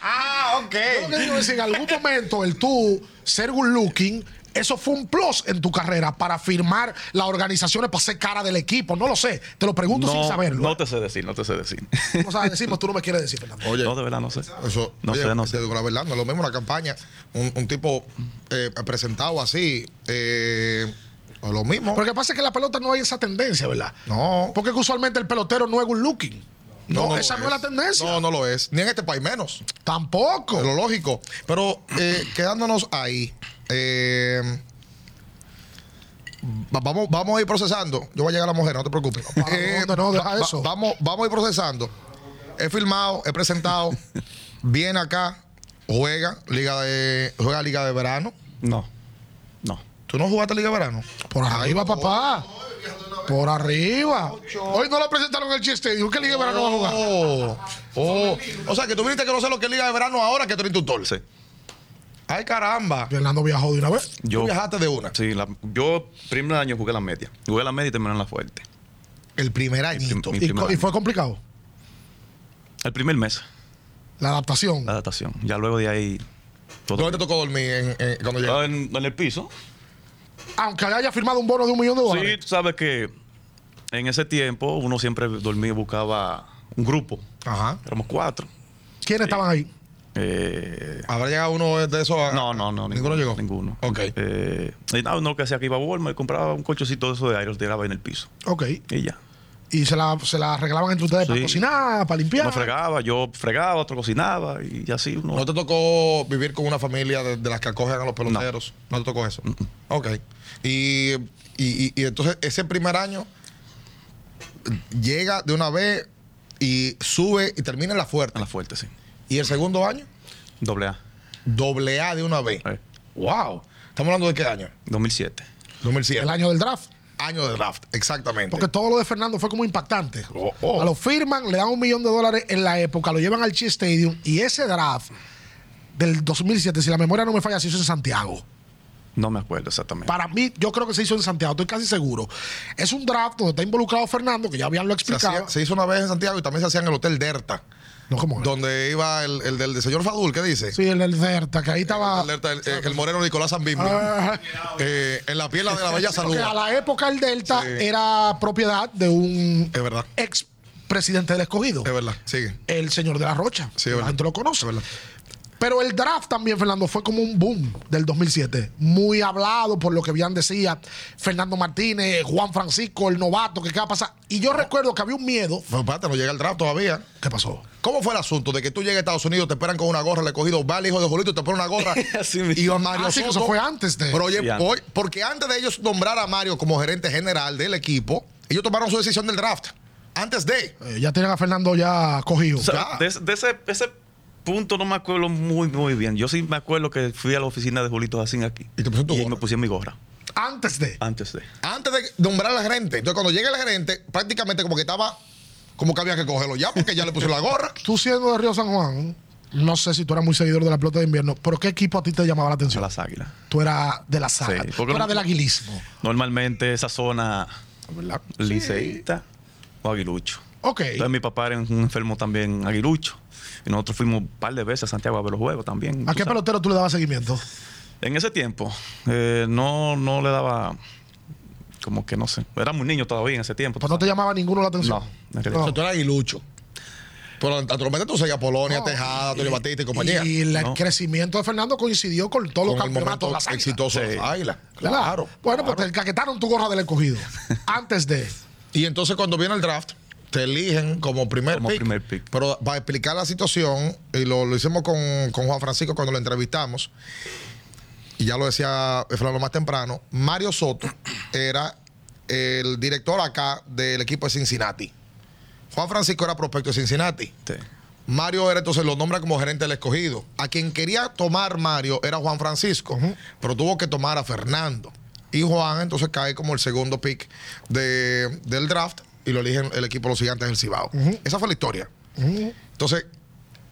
S3: ah,
S1: Yo lo
S3: ok.
S1: que digo es, en algún momento el tú ser good looking, eso fue un plus en tu carrera para firmar las organizaciones, para ser cara del equipo. No lo sé, te lo pregunto sin
S4: No,
S1: saberlo. eh.
S4: no te sé decir, no te sé decir.
S1: O sea, decimos, tú no me quieres decir, Fernando.
S3: Oye,
S4: No, de verdad no sé.
S3: Eso,
S4: no
S3: oye,
S4: sé, no
S3: te
S4: sé.
S3: digo la verdad, no es lo mismo una campaña, un, un tipo eh, presentado así, eh, o lo mismo.
S1: Porque pasa es que en la pelota no hay esa tendencia, ¿verdad?
S3: no,
S1: Porque usualmente el pelotero no es good looking. No,
S3: lo
S1: esa no es la tendencia.
S3: No, no lo es. Ni en este país menos.
S1: Tampoco.
S3: Es lo lógico. Pero eh, quedándonos ahí, eh, va- vamos, vamos a ir procesando. Yo voy a llegar a la mujer, no te preocupes.
S1: ¿Para dónde? No, deja
S3: va-
S1: eso.
S3: vamos, vamos a ir procesando. He filmado, he presentado, viene acá, juega, liga de, juega liga de verano.
S4: No, no.
S3: ¿Tú no jugaste Liga de Verano?
S1: Por arriba, papá. Por arriba. Hoy no lo presentaron en el Cheese Stadium. ¿Qué liga de verano va a jugar?
S3: Oh, oh. O sea, que tú viniste a conocer lo que es Liga de Verano ahora que tú eres instructor.
S4: Sí.
S3: Ay, caramba.
S1: Fernando viajó de una vez.
S3: Tú
S4: Yo,
S3: viajaste de una.
S4: sí, la- yo primer año jugué la media. Jugué la media y terminé en la fuerte.
S3: El primer añito.
S4: Mi
S1: Y,
S4: primer
S1: co- y
S4: año.
S1: fue complicado.
S4: El primer mes,
S1: La adaptación.
S4: la adaptación. Ya luego de ahí, todo.
S3: ¿Dónde te tocó dormir en- en- cuando llegaste?
S4: Ah, En, en el piso.
S1: Aunque haya firmado un bono de un millón de
S4: Sí,
S1: dólares.
S4: tú sabes que en ese tiempo uno siempre dormía y buscaba un grupo.
S3: Ajá.
S4: Éramos cuatro.
S1: ¿Quiénes estaban ahí?
S4: Eh,
S3: ¿Habrá llegado uno de esos? a-
S4: no, no, no.
S3: ¿Ninguno llegó?
S4: Ninguno.
S3: Ok.
S4: Eh, y nada, uno que hacía que iba a Walmart, compraba un colchocito de eso de aire, lo tiraba ahí en el piso.
S1: Ok.
S4: Y ya.
S1: Y se la, se la arreglaban entre ustedes para
S4: Sí.
S1: cocinar, para limpiar.
S4: Uno fregaba, yo fregaba, otro cocinaba y así uno.
S3: ¿No te tocó vivir con una familia de, de las que acogen a los peloteros? No, te tocó eso. Ok. Y, y- y- y entonces ese primer año llega de una vez y sube y termina en la
S4: A
S3: fuerte.
S4: la fuerte, sí.
S3: Y el segundo año,
S4: Doble A.
S3: doble A de una vez.
S4: Eh,
S3: ¡Wow! Estamos hablando de qué año?
S4: 2007.
S3: 2007.
S1: El año del draft.
S3: Año de draft, exactamente.
S1: Porque todo lo de Fernando fue como impactante.
S3: Oh, oh.
S1: A lo firman, le dan un millón de dólares en la época, lo llevan al Chi Stadium y ese draft del 2007, si la memoria no me falla, se hizo en Santiago.
S4: No me acuerdo exactamente.
S1: Para mí, yo creo que se hizo en Santiago, estoy casi seguro. Es un draft donde está involucrado Fernando, que ya habían lo
S3: se, hacía-
S1: explicado.
S3: se hizo una vez en Santiago y también se hacía en el Hotel Derta,
S1: No, ¿cómo es?
S3: donde iba el, el del señor Fadul, ¿qué dice?
S1: Sí, el del Delta, que ahí
S3: El
S1: estaba.
S3: Delta, el, eh, el moreno Nicolás Zambimbi.
S1: Ah.
S3: Eh, en la piel de la Bella Salud.
S1: Porque a
S3: Es
S1: la época el Delta era propiedad de un
S3: verdad,
S1: ex presidente del escogido.
S3: es verdad. Sigue.
S1: el señor de la Rocha.
S3: Sí,
S1: la
S3: es verdad.
S1: gente lo conoce. Pero el draft también, Fernando, fue como un boom del 2007. Muy hablado por lo que bien decía Fernando Martínez, Juan Francisco, el novato, que qué va a pasar. Y yo recuerdo que había un miedo.
S3: Bueno, espérate, no llega el draft todavía.
S1: ¿Qué pasó?
S3: ¿Cómo fue el asunto de que tú llegues a Estados Unidos, te esperan con una gorra, le he cogido, va el hijo de Julito, te pone una gorra
S4: Así mismo.
S3: y a Mario
S1: Ah, sí, que eso
S3: Soto.
S1: fue antes de-
S3: Pero oye,
S4: Sí, antes.
S3: oye, porque antes de ellos nombrar a Mario como gerente general del equipo, ellos tomaron su decisión del draft. Antes de...
S1: Eh, ya tienen a Fernando ya cogido.
S4: O sea,
S3: Ya.
S4: de, ese- de ese, ese punto no me acuerdo muy, muy bien. Yo sí me acuerdo que fui a la oficina de Julito Jacín aquí.
S3: Y te pusiste tu
S4: ahí
S3: gorra.
S4: me pusieron mi gorra
S1: antes de.
S4: antes de.
S3: antes de nombrar al gerente. Entonces, cuando llega el gerente, prácticamente como que estaba, como que había que cogerlo ya, porque ya le puso la gorra.
S1: Tú siendo de Río San Juan, no sé si tú eras muy seguidor de la pelota de invierno, pero ¿qué equipo a ti te llamaba la
S4: A
S1: atención?
S4: las águilas.
S1: Tú eras de la saga.
S4: Sí,
S1: tú
S4: porque
S1: eras
S4: no-
S1: del aguilismo.
S4: Normalmente esa zona
S3: Ah, pues
S4: liceísta o aguilucho.
S1: Ok.
S4: Entonces mi papá era un enfermo también aguilucho. Y nosotros fuimos un par de veces a Santiago a ver los juegos también.
S1: ¿A
S4: tú
S1: qué
S4: sabes.
S1: pelotero tú le dabas seguimiento?
S4: En ese tiempo eh, no, no le daba como que no sé. Éramos niños todavía en ese tiempo. tú
S1: Pues no te llamaba ninguno la atención.
S4: No, en realidad.
S1: No.
S3: O sea, tú eras aguilucho. Pero naturalmente tú seguías Polonia, Tejada, Antonio Batista y compañía.
S1: Y el
S4: No.
S1: crecimiento de Fernando coincidió con todos los
S3: con el
S1: campeonatos de
S3: momento
S1: las Águilas.
S3: exitoso de las Águilas.
S1: ¿Verdad?
S3: Claro.
S1: Bueno, pues te caquetaron tu gorra del escogido. antes de.
S3: Y entonces cuando viene el draft, te eligen como primer
S4: Como
S3: pick.
S4: primer pick.
S3: Pero para explicar la situación, y lo, lo hicimos con, con Juan Francisco cuando lo entrevistamos, y ya lo decía Fernando más temprano, Mario Soto era el director acá del equipo de Cincinnati. Juan Francisco era prospecto de Cincinnati.
S4: sabes.
S3: Mario era entonces lo nombra como gerente del escogido. A quien quería tomar Mario era Juan Francisco, pero tuvo que tomar a Fernando. Y Juan entonces cae como el segundo pick de- del draft y lo eligen el equipo de los gigantes del Cibao. Esa fue la historia. Entonces,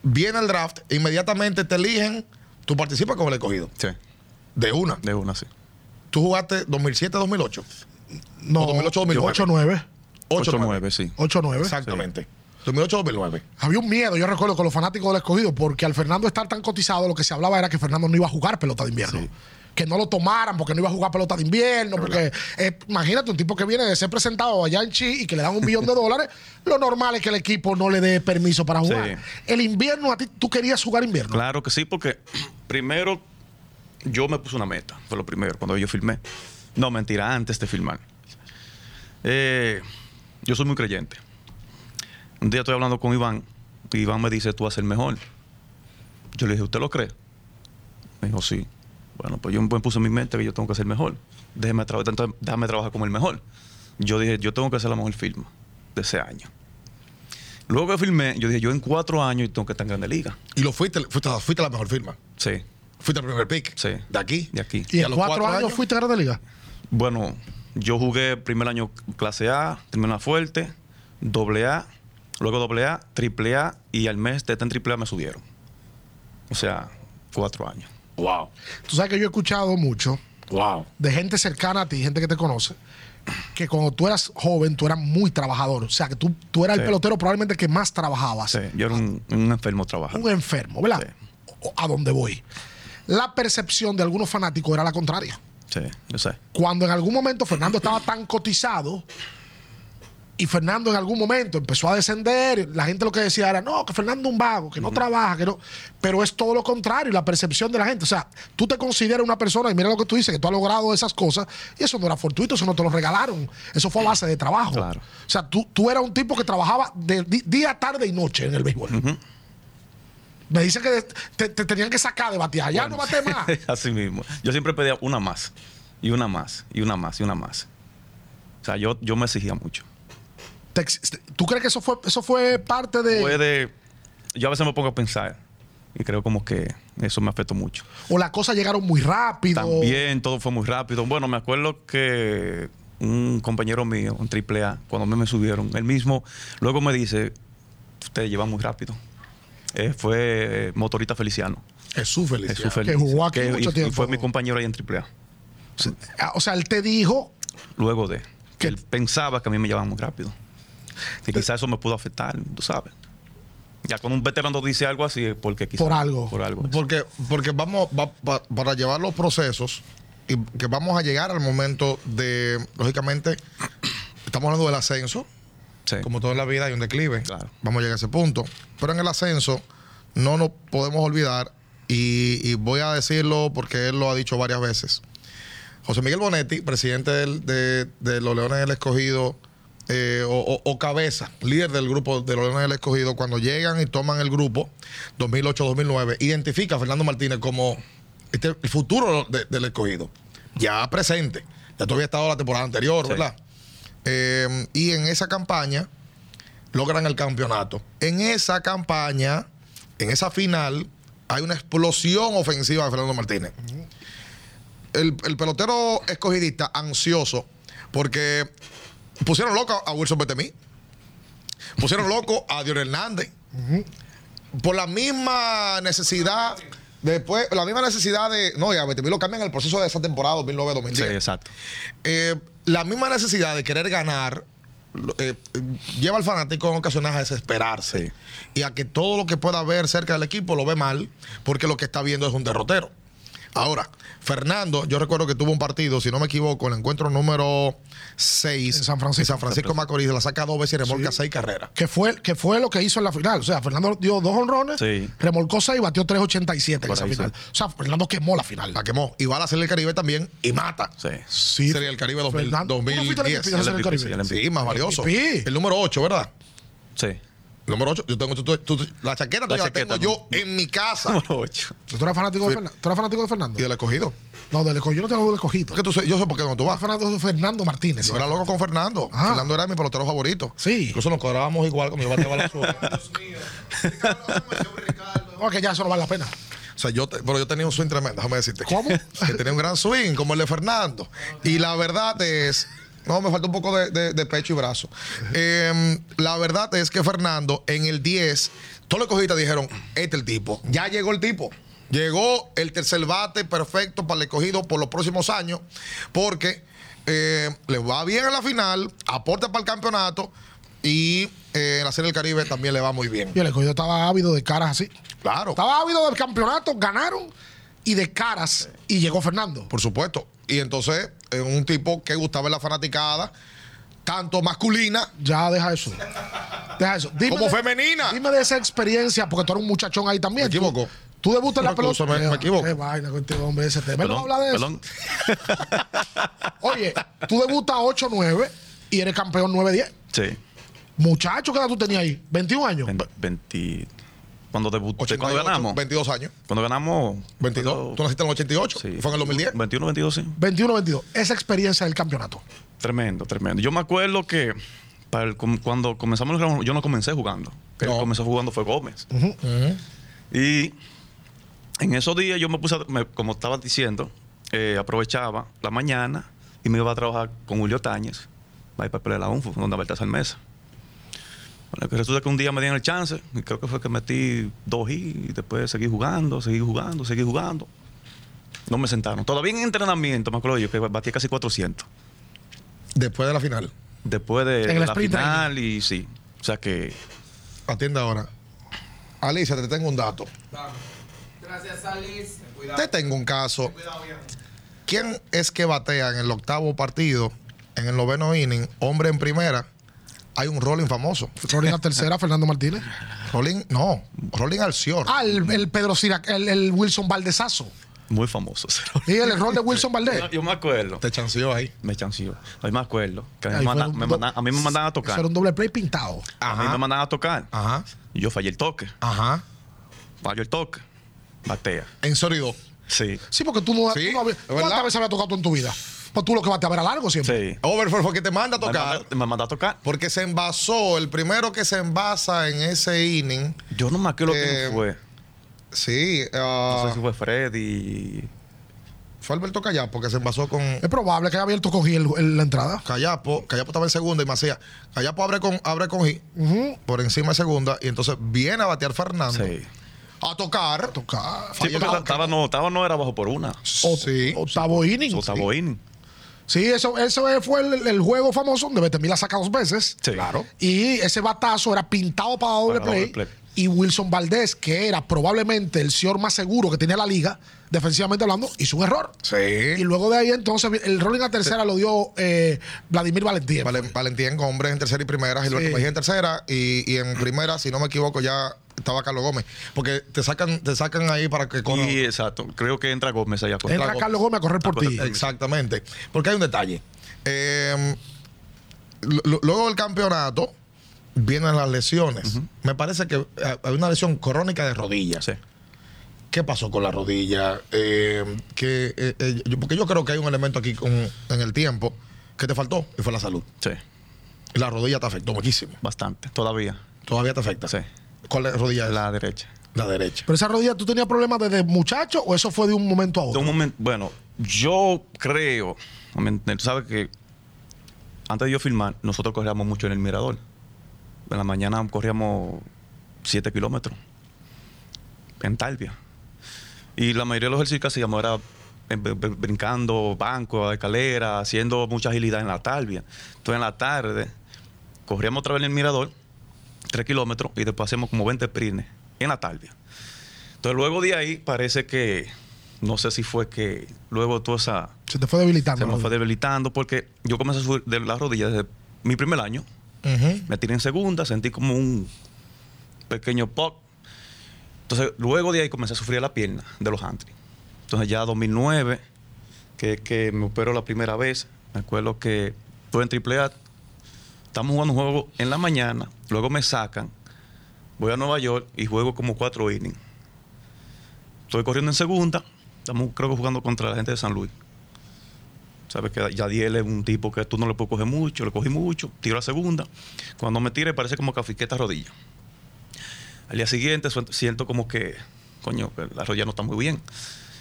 S3: viene el draft, e inmediatamente te eligen, tú participas como el escogido.
S4: Sí,
S3: De una.
S4: de una sí.
S3: Tú jugaste 2007-2008.
S1: No,
S3: 2008, 2009.
S1: 8-9.
S4: 8-9, sí.
S1: 8-9.
S3: Exactamente. 2008-2009.
S1: Había un miedo, yo recuerdo, con los fanáticos del escogido, porque al Fernando estar tan cotizado, lo que se hablaba era que Fernando no iba a jugar pelota de invierno. Que no lo tomaran porque no iba a jugar pelota de invierno. Porque eh, imagínate, un tipo que viene de ser presentado allá en Chi y que le dan un millón de dólares, lo normal es que el equipo no le dé permiso para jugar.
S4: Sí.
S1: El invierno, a ti, tú querías jugar invierno.
S4: Claro que sí, porque primero yo me puse una meta, fue lo primero, cuando yo filmé. No, mentira, antes de filmar. Eh, yo soy muy creyente. Un día estoy hablando con Iván y Iván me dice, tú vas a ser mejor. Yo le dije, ¿usted lo cree? Me dijo, sí. Bueno, pues yo me puse en mi mente que yo tengo que ser mejor. Déjeme tra- entonces, déjame trabajar como el mejor. Yo dije, yo tengo que ser la mejor firma de ese año. Luego que filmé, yo dije, yo en cuatro años tengo que estar en Grande Liga.
S3: Y lo fuiste, fuiste, fuiste la mejor firma.
S4: Sí,
S3: Fuiste el primer pick.
S4: Sí.
S3: De aquí.
S4: de aquí.
S1: ¿Y
S3: Y
S1: en
S3: a los
S1: cuatro,
S3: cuatro
S1: años,
S3: años-
S1: fuiste a Grande Liga?
S4: Bueno, yo jugué primer año clase A, terminé en la fuerte, doble A, luego doble A, triple A y al mes de estar en triple A me subieron. O sea, cuatro años.
S3: Wow.
S1: Tú sabes que yo he escuchado mucho
S3: Wow.
S1: de gente cercana a ti, gente que te conoce, que cuando tú eras joven, tú eras muy trabajador. O sea, que tú, tú eras el
S4: Sí.
S1: pelotero probablemente que más trabajabas.
S4: Sí, yo era un, un enfermo
S1: Un
S4: trabajando.
S1: enfermo, ¿verdad? O- A donde voy. La percepción de algunos fanáticos era la contraria.
S4: Sí, yo sé.
S1: Cuando en algún momento Fernando estaba tan cotizado, Y Fernando en algún momento empezó a descender. La gente lo que decía era, no, que Fernando es un vago, que no trabaja, que no. Pero es todo lo contrario, la percepción de la gente. O sea, tú te consideras una persona, y mira lo que tú dices, que tú has logrado esas cosas, y eso no era fortuito, eso no te lo regalaron. Eso fue a base de trabajo.
S4: Claro.
S1: O sea, tú, tú eras un tipo que trabajaba de di- día, tarde y noche en el béisbol. Me dicen que de- te, te tenían que sacar de batear. Ya Ah, no bate más.
S4: Así mismo. Yo siempre pedía una más, y una más, y una más, y una más. O sea, yo, yo me exigía mucho.
S1: Te ex- ¿Tú crees que eso fue, eso fue parte de...
S4: Puede, yo a veces me pongo a pensar, y creo como que eso me afectó mucho.
S1: O las cosas llegaron muy rápido.
S4: También todo fue muy rápido. Bueno, me acuerdo que un compañero mío, un triple A, cuando me, me subieron, él mismo luego me dice, usted lleva muy rápido. Eh, fue eh, motorista Feliciano.
S1: Jesús Feliz.
S4: Jesús
S1: Que
S4: Feliz,
S1: jugó aquí
S4: que-
S1: mucho
S4: y- y
S1: tiempo.
S4: fue mi compañero ahí en triple A.
S1: Ah, O sea, él te dijo,
S4: Luego de.
S1: ¿Qué?
S4: Que él pensaba que a mí me llevaban muy rápido. Y quizás eso me pudo afectar, tú sabes. Ya cuando un veterano dice algo así, es porque quizás.
S1: Por algo.
S4: Por algo.
S3: Porque, porque vamos va- pa- para llevar los procesos y que vamos a llegar al momento de, lógicamente, estamos hablando del ascenso,
S4: Sí.
S3: como todo en la vida hay un declive,
S4: Claro.
S3: vamos a llegar a ese punto, pero en el ascenso no nos podemos olvidar y, y voy a decirlo porque él lo ha dicho varias veces. José Miguel Bonetti, presidente del- de, de los Leones del Escogido, eh, o, o- o cabeza, líder del grupo de los Leones del Escogido, cuando llegan y toman el grupo 2008-2009, identifica a Fernando Martínez como este, el futuro de- del Escogido, ya presente. Ya tú habías estado la temporada anterior,
S4: Sí.
S3: ¿verdad? Eh, y en esa campaña logran el campeonato. En esa campaña, en esa final, hay una explosión ofensiva de Fernando Martínez el, el pelotero escogidista ansioso porque pusieron loco a Wilson Betemí, pusieron loco a Dion Hernández por la misma necesidad después la misma necesidad de no ya Betemí lo cambian en el proceso de esa temporada 2009-2010
S4: Sí, exacto.
S3: eh, la misma necesidad de querer ganar lo- eh, eh, lleva al fanático en ocasiones a desesperarse y a que todo lo que pueda ver cerca del equipo lo ve mal porque lo que está viendo es un derrotero. Ahora, Fernando, yo recuerdo que tuvo un partido, si no me equivoco, el encuentro número 6
S1: En San Francisco.
S3: San Francisco Macorís, la saca dos veces y remolca seis carreras.
S1: que fue, que fue lo que hizo en la final. O sea, Fernando dio dos honrones,
S4: Sí.
S1: remolcó seis y batió 3.87 en
S4: Por
S1: esa
S4: ahí,
S1: final. O sea, Fernando quemó la final.
S3: La quemó. Y va a la Serie del Caribe también y mata.
S4: Sí.
S1: Sí.
S3: Serie del Caribe 2000,
S1: Fernando, ¿tú no fuiste al
S3: 2010.
S1: MVP de la Serie del Caribe?
S4: Sí, el MVP.
S3: Sí, más valioso.
S1: MVP.
S3: El número 8, ¿verdad?
S4: Sí.
S3: Número 8, yo tengo tú- tú- tú- la chaqueta
S4: La
S3: tuya la
S4: chaqueta,
S3: tengo yo en mi casa
S4: Número 8.
S1: ¿Tú eras fanático, de Fernan- ¿Tú eras fanático de Fernando?
S3: y del escogido.
S1: No, del escogido. Yo no te hago del escogido.
S3: Porque tú, soy- yo sé por qué no tú vas.
S1: Yo era fanático de Fernando Martínez.
S3: Yo era loco con Fernando.
S1: Ajá.
S3: Fernando era mi pelotero favorito.
S1: Sí.
S3: Incluso nos cuadrábamos igual como yo bateaba la suerte.
S1: No, que ya eso no vale la pena.
S3: O sea, yo, te- pero yo tenía un swing tremendo, déjame decirte.
S1: ¿Cómo?
S3: Que tenía un gran swing como el de Fernando. Y la verdad es. No, me falta un poco de, de- de pecho y brazo. Eh, la verdad es que Fernando en el 10, todos los escogidistas dijeron, este el tipo. Ya llegó el tipo. Llegó el tercer bate perfecto para el escogido por los próximos años, porque eh, le va bien en la final, aporta para el campeonato y eh, en la Serie del Caribe también le va muy bien.
S1: Y el escogido estaba ávido de caras así.
S3: Claro.
S1: Estaba ávido del campeonato, ganaron y de caras. Y llegó Fernando.
S3: Por supuesto. Y entonces, eh, un tipo que gustaba en la fanaticada, tanto masculina.
S1: Ya, deja eso. Deja eso. Dime
S3: Como
S1: de-
S3: femenina.
S1: Dime de esa experiencia, porque tú eras un muchachón ahí también.
S3: Me equivoco.
S1: Tú, tú debutas en la
S3: Me
S1: pelota.
S3: excuso, me- me
S1: Qué-
S3: equivoco.
S1: Qué vaina contigo, hombre, ese tema. Él no
S4: Perdón,
S1: habla de eso.
S4: perdón.
S1: Oye, tú debutas 8-9 y eres campeón 9-10.
S4: Sí.
S1: Muchacho, ¿qué edad tú tenías ahí? 21 años.
S4: Ve- 20 cuando debuté,
S3: 88,
S4: cuando ganamos.
S3: 22 años.
S4: Cuando ganamos
S3: 22.
S4: cuando-
S3: Tú naciste en el 88.
S4: sí.
S3: Fue en el 2010.
S4: 21, 22, sí.
S1: 21-22. Esa experiencia del campeonato.
S4: Tremendo, tremendo. Yo me acuerdo que para el com- cuando comenzamos los Grand- yo no comencé jugando. Que
S3: No.
S4: comenzó jugando fue Gómez. Y en esos días yo me puse, a- me- como estaba diciendo, eh, aprovechaba la mañana y me iba a trabajar con Julio Táñez, para ir para la UNFU, donde Baltasar Mesa. Bueno, que resulta que un día me dieron el chance, y creo que fue que metí dos y, y después seguí jugando, seguí jugando, seguí jugando. No me sentaron. Todavía en entrenamiento, me acuerdo yo, que batía casi 400
S3: Después de la final.
S4: después de,
S1: En el
S4: de la
S1: sprint
S4: final y sí. O sea que
S3: Atiende ahora. Alicia, te tengo un dato.
S5: Gracias, Alice. Cuidado.
S3: Te tengo un caso.
S5: Cuidado, bien.
S3: ¿Quién es que batea en el octavo partido, en el noveno inning, hombre en primera, hay un Rolling famoso.
S1: Rolling a tercera, Fernando Martínez.
S3: Rolling, no, Rolling Alcior.
S1: Ah, el, el Pedro Sirac, el, el Wilson Valdesazo.
S4: Muy famoso. ese
S1: Y el error de Wilson Valdés.
S4: Yo me acuerdo.
S3: Te chanceó ahí.
S4: Me chanció. Ahí me acuerdo. que a, mí
S1: Ahí
S4: me
S1: fue
S4: manda-
S1: un
S4: me
S1: do-
S4: manda- a mí me mandaban a
S1: Eso
S4: tocar.
S1: era un doble play pintado.
S4: A mí
S3: Ajá.
S4: me mandaban a tocar.
S3: Ajá,
S4: Y yo fallé el toque.
S3: ajá.
S4: Falló el toque. Batea.
S3: En Sorido.
S4: Sí.
S1: Sí, porque tú no,
S3: Sí,
S1: tú no habías-
S3: es verdad.
S1: ¿Cuántas veces había tocado tú en tu vida? Pues tú lo que vas a ver a largo siempre.
S4: Sí.
S3: Overford fue que te manda a
S4: Me
S3: tocar.
S4: manda- Me mandó a tocar.
S3: Porque se envasó, el primero que se envasa en ese inning,
S4: Yo no me acuerdo
S3: Eh,
S4: quién fue.
S3: sí, ah,
S4: No sé si fue Freddy.
S3: fue Alberto Callapo que se envasó con
S1: Es probable que haya abierto con Gil el- la entrada.
S3: Callapo. Callapo estaba en segunda y Macías. Callapo abre con, abre con G
S1: Ujú.
S3: por encima de segunda y entonces viene a batear
S1: Ah,
S3: Fernando
S4: Sí.
S3: a tocar.
S1: Toca-
S4: Sí, porque
S3: Falló-
S4: estaba no, estaba no era bajo por una.
S1: O-
S3: sí.
S1: Octavo inning.
S4: Sota Boini.
S1: Sí, eso, eso es- fue el, el juego famoso donde Betemil la saca dos veces.
S4: Sí. Claro.
S1: Y ese batazo era pintado para doble,
S4: Para
S1: play,
S4: doble play.
S1: Y Wilson Valdés, que era probablemente el señor más seguro que tenía la liga, defensivamente hablando, hizo un error. Y
S3: Sí.
S1: luego de ahí, entonces, el rolling a tercera lo dio eh, Vladimir Valentín.
S3: Vale- Valentín con hombres en tercera y primera, Gilberto
S1: Sí.
S3: Mejía en tercera y, y en primera, si no me equivoco, ya estaba Carlos Gómez. Porque te sacan, te sacan ahí para que corran.
S4: Y exacto. Creo que entra Gómez allá. con-
S1: Entra
S3: Trago.
S1: Carlos Gómez a correr por ti.
S3: Exactamente. Porque hay un detalle. Eh, lo- luego del campeonato vienen las lesiones. Me parece que eh, hay una lesión crónica de rodillas.
S4: Sí.
S3: ¿Qué pasó con la rodilla? Eh, que, eh, eh, yo- porque yo creo que hay un elemento aquí con, en el tiempo que te faltó y fue la salud.
S4: Sí.
S3: La rodilla te afectó muchísimo.
S4: Bastante. Todavía.
S3: Todavía te afecta.
S4: Sí.
S3: ¿Cuál es la rodilla? La,
S4: La derecha.
S3: la derecha.
S1: Pero esa rodilla, ¿tú tenías problemas desde muchacho o eso fue de un momento a
S4: De
S1: otro?
S4: un momento, bueno, yo creo, ¿me entiendes? tú sabes que antes de yo filmar, nosotros corríamos mucho en el mirador. En la mañana corríamos 7 kilómetros en Talvia. Y la mayoría de los ejercicios que hacíamos era eh, br- br- brincando bancos, escaleras, haciendo mucha agilidad en la Talvia. Entonces en la tarde corríamos otra vez en el mirador, 3 kilómetros, y después hacíamos como 20 sprints en la Talvia. Entonces luego de ahí parece que, no sé si fue que luego toda esa...
S1: Se te fue debilitando.
S4: Se me
S1: ¿no?
S4: fue debilitando porque yo comencé a subir de las rodillas desde mi primer año.
S3: Ujú.
S4: Me tiré en segunda, sentí como un pequeño pop. Entonces, luego de ahí comencé a sufrir la pierna de los hamstrings. Entonces, ya 2009, que es que me operó la primera vez, me acuerdo que estuve en Triple A. Estamos jugando un juego en la mañana, luego me sacan, voy a Nueva York y juego como cuatro innings. Estoy corriendo en segunda, estamos creo que jugando contra la gente de San Luis. Sabes que Yadiel es un tipo que tú no le puedes coger mucho, le cogí mucho, tiro a segunda. Cuando me tire parece como que afiqué esta rodilla. Al día siguiente suento- siento como que, coño, que la rodilla no está muy bien.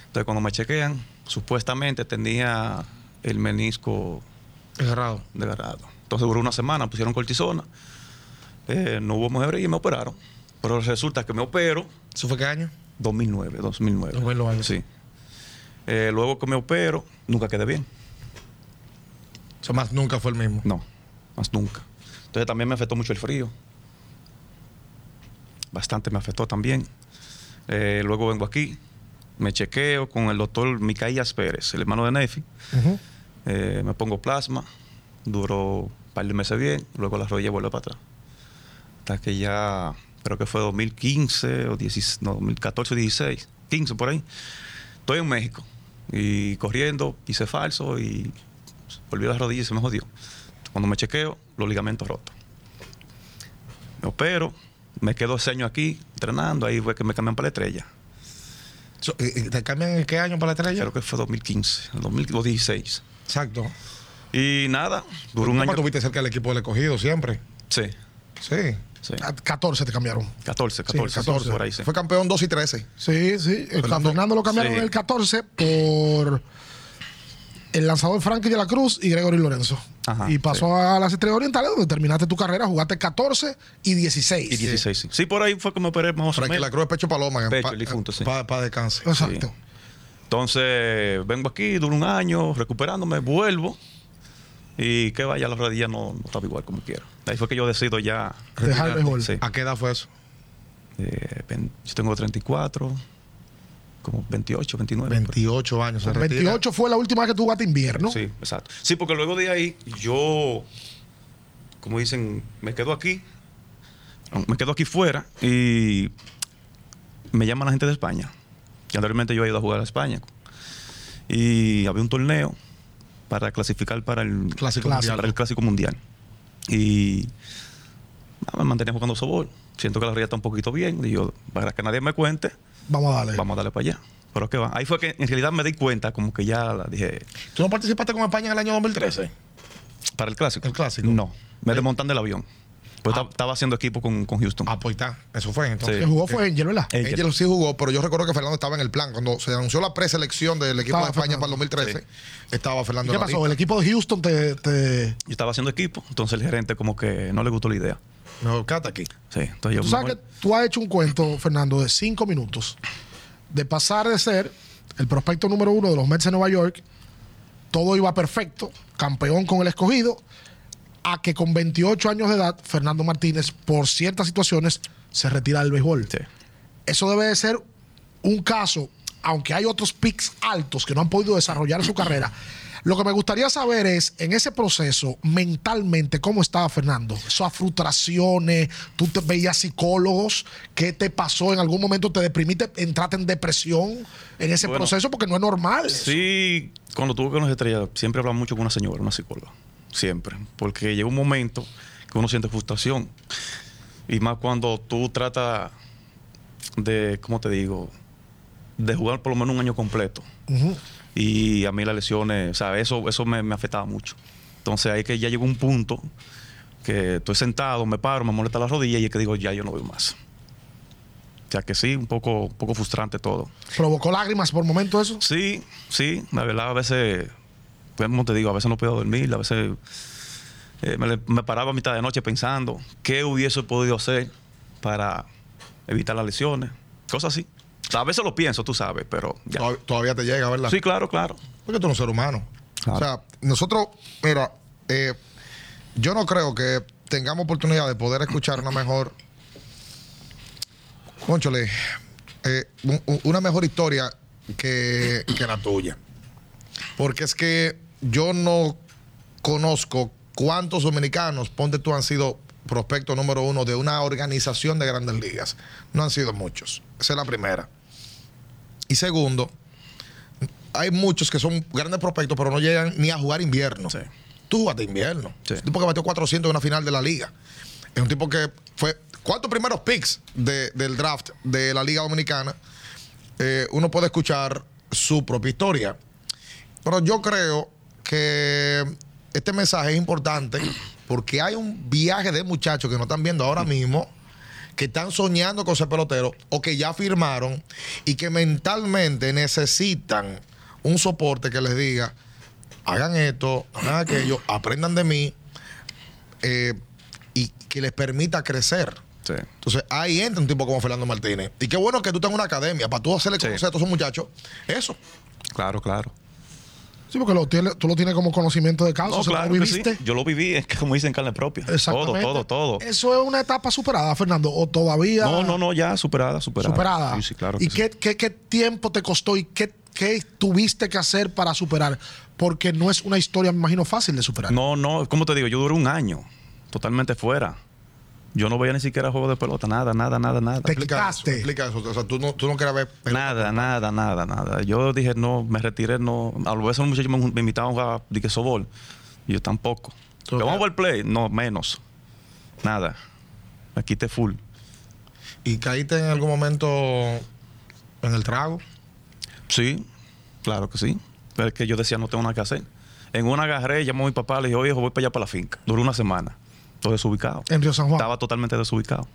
S4: Entonces cuando me chequean, supuestamente tenía el menisco
S3: Agarrado.
S4: desgarrado. Entonces duró una semana, pusieron cortisona, eh, no hubo mujer y me operaron. Pero resulta que me opero
S3: ¿Eso fue qué año?
S4: 2009, 2009.
S3: 2009.
S4: Sí. Eh, luego que me opero, nunca quedé bien.
S3: O sea, más nunca fue el mismo.
S4: No, más nunca. Entonces también me afectó mucho el frío. Bastante me afectó también. Eh, luego vengo aquí, me chequeo con el doctor Micaías Pérez, el hermano de Nefi.
S1: Ujú.
S4: Eh, me pongo plasma, duró un par de meses bien, luego la rodilla vuelve para atrás. Hasta que ya, creo que fue 2015 o 16, no, 2014 o 16, 15 por ahí. Estoy en México y corriendo, hice falso y volví a la rodilla y se me jodió. Cuando me chequeo, los ligamentos rotos. Me opero, me quedo ese año aquí entrenando, ahí fue que me cambian para la estrella.
S3: So, eh, eh, ¿Te cambian en qué año para la estrella?
S4: Creo que fue 2015, 2016.
S3: Exacto.
S4: Y nada, duró un
S3: Tú
S4: año.
S3: estuviste cerca del equipo del escogido siempre.
S4: Sí,
S3: Sí.
S4: sí.
S1: A 14 Ah, te cambiaron.
S4: 14, 14,
S1: 14.
S4: por ahí, sí.
S3: Ah, Fue campeón 2 y 13.
S1: Sí, sí. El
S3: Fernando-
S1: Fernando lo cambiaron
S4: Sí.
S1: en el 14 por el lanzador Frankie de la Cruz y Gregory Lorenzo.
S4: Ajá,
S1: y pasó a las estrellas orientales donde terminaste tu carrera, jugaste 14 y 16.
S4: Y 16, sí. Sí, por ahí fue que me operé más o
S3: Frankie La
S4: menos.
S3: Cruz de Pecho Paloma.
S4: Pecho, el difunto, sí.
S3: Para descanse.
S1: Exacto.
S4: Entonces, vengo aquí, duro un año recuperándome, vuelvo. Y que vaya, la rodilla no, no estaba igual como quiera. Ahí fue que yo decido ya.
S1: Dejar el béisbol.
S4: Sí.
S3: ¿A qué edad fue eso?
S4: eh, ven- yo tengo 34, como 28, 29. por ahí.
S3: 28 años. Se retira.
S1: 28 fue la última vez que tú jugaste invierno.
S4: Sí, exacto. Sí, porque luego de ahí yo como dicen, me quedo aquí, me quedo aquí fuera y me llama la gente de España. Que anteriormente yo he ido a jugar a España. Y había un torneo para clasificar para el
S1: Clásico Mundial.
S4: para el clásico mundial. Y ah, me mantenía jugando softball. Siento que la realidad está un poquito bien. Y yo, para que nadie me cuente,
S1: Vamos a darle.
S4: vamos a darle para allá. Pero que va. Ahí fue que en realidad me di cuenta, como que ya la dije,
S3: ¿Tú no participaste con España en el año 2013?
S4: para el clásico.
S3: El clásico.
S4: No, me desmontan del avión. Pues esta- estaba haciendo equipo con, con Houston.
S3: Ah, pues está. Eso fue entonces.
S1: Que jugó fue Angel, ¿verdad?
S4: Eh,
S3: Angel sí jugó, pero yo recuerdo que Fernando estaba en el plan. Cuando se anunció la preselección del equipo
S1: Estaba
S3: de España
S1: Fernando.
S3: para el 2013, estaba
S1: ¿Y
S3: Fernando.
S1: ¿Qué
S3: en la
S1: pasó? El
S3: lista.
S1: equipo de Houston te. te-
S4: Yo estaba haciendo equipo, entonces el gerente como que no le gustó la idea.
S3: No, cata aquí.
S4: Sí, entonces yo
S1: Tú
S4: me
S1: sabes que
S4: voy.
S1: tú has hecho un cuento, Fernando, de cinco minutos. De pasar de ser el prospecto número uno de los Mets de Nueva York, todo iba perfecto, campeón con el escogido, a que con 28 años de edad, Fernando Martínez, por ciertas situaciones, se retira del béisbol.
S4: Sí.
S1: Eso debe de ser un caso, aunque hay otros picks altos que no han podido desarrollar su carrera. Lo que me gustaría saber es, en ese proceso, mentalmente, ¿cómo estaba Fernando? Esas frustraciones, tú te veías psicólogos, ¿qué te pasó? ¿En algún momento te deprimiste, entraste en depresión en ese
S4: Bueno,
S1: proceso? Porque no es normal.
S4: Sí, cuando tuve con los estrellas, siempre hablaba mucho con una señora, una psicóloga. Siempre. Porque llega un momento que uno siente frustración. Y más cuando tú tratas de, ¿cómo te digo? De jugar por lo menos un año completo.
S1: Ujú.
S4: Y a mí las lesiones, o sea, eso, eso me, me afectaba mucho. Entonces ahí que ya llegó un punto que estoy sentado, me paro, me molesta la rodilla y es que digo, ya yo no veo más. O sea que sí, un poco, un poco frustrante todo.
S1: ¿Provocó lágrimas por momento eso?
S4: Sí, sí, la verdad, a veces, pues, como te digo, a veces no puedo dormir, a veces eh, me, le- me paraba a mitad de noche pensando qué hubiese podido hacer para evitar las lesiones, cosas así. O sea, a veces lo pienso, tú sabes, pero ya.
S3: Todavía, todavía te llega, ¿verdad?
S4: Sí, claro, claro.
S3: Porque tú eres un ser humano.
S4: Claro.
S3: O sea, nosotros, mira, eh, yo no creo que tengamos oportunidad de poder escuchar una mejor. Conchole, eh, un- un- una mejor historia que, que la tuya. Porque es que yo no conozco cuántos dominicanos, ponte tú, han sido prospecto número uno de una organización de grandes ligas. No han sido muchos. Esa es la primera. Y segundo, hay muchos que son grandes prospectos, pero no llegan ni a jugar invierno.
S4: Sí.
S3: Tú jugaste invierno.
S4: Sí.
S3: Es un tipo que batió 400 en una final de la liga. Es un tipo que fue. ¿Cuántos primeros picks de- del draft de la Liga Dominicana? Eh, uno puede escuchar su propia historia. Pero yo creo que este mensaje es importante porque hay un viaje de muchachos que no están viendo ahora mismo, que están soñando con ser peloteros o que ya firmaron y que mentalmente necesitan un soporte que les diga, hagan esto, hagan aquello, aprendan de mí eh, y que les permita crecer.
S4: Sí.
S3: Entonces ahí entra un tipo como Fernando Martínez. Y qué bueno que tú tengas una academia para tú hacerle
S4: Sí.
S3: conocer a todos esos muchachos eso.
S4: Claro, claro.
S1: Sí, porque lo tiene- tú lo tienes como conocimiento de causa,
S4: No,
S1: o sea,
S4: claro
S1: lo
S4: que
S1: viviste.
S4: sí. Yo lo viví, es que como dicen, carne propia. Todo,
S1: Exactamente.
S4: todo, todo.
S1: Eso es una etapa superada, Fernando, o todavía.
S4: No, no, no, ya superada, superada.
S1: superada.
S4: Sí, sí, claro.
S1: ¿Y
S4: que sí.
S1: qué, qué- qué tiempo te costó y qué, qué tuviste que hacer para superar? Porque no es una historia, me imagino, fácil de superar.
S4: No, no, como te digo, yo duré un año totalmente fuera. Yo no veía ni siquiera juego de pelota, nada, nada, nada, nada.
S1: Te-
S3: Explica eso.
S1: Quitaste.
S3: Explica eso. O sea, tú no, tú no querías ver.
S4: Nada, nada, nada, nada. Yo dije, no, me retiré, no. A veces un muchacho me, me invitaba a jugar, dije, sobol. Y yo tampoco. ¿Que
S3: Ok.
S4: ¿Vamos a jugar play? No, menos. Nada. Me quité full.
S3: ¿Y caíste en algún momento en el trago?
S4: Sí, claro que sí. Pero es que yo decía, no tengo nada que hacer. En una agarré, llamó a mi papá, le dije, oye, hijo, voy para allá para la finca. Duró una semana. Estoy desubicado.
S1: En Río San Juan.
S4: Estaba totalmente desubicado.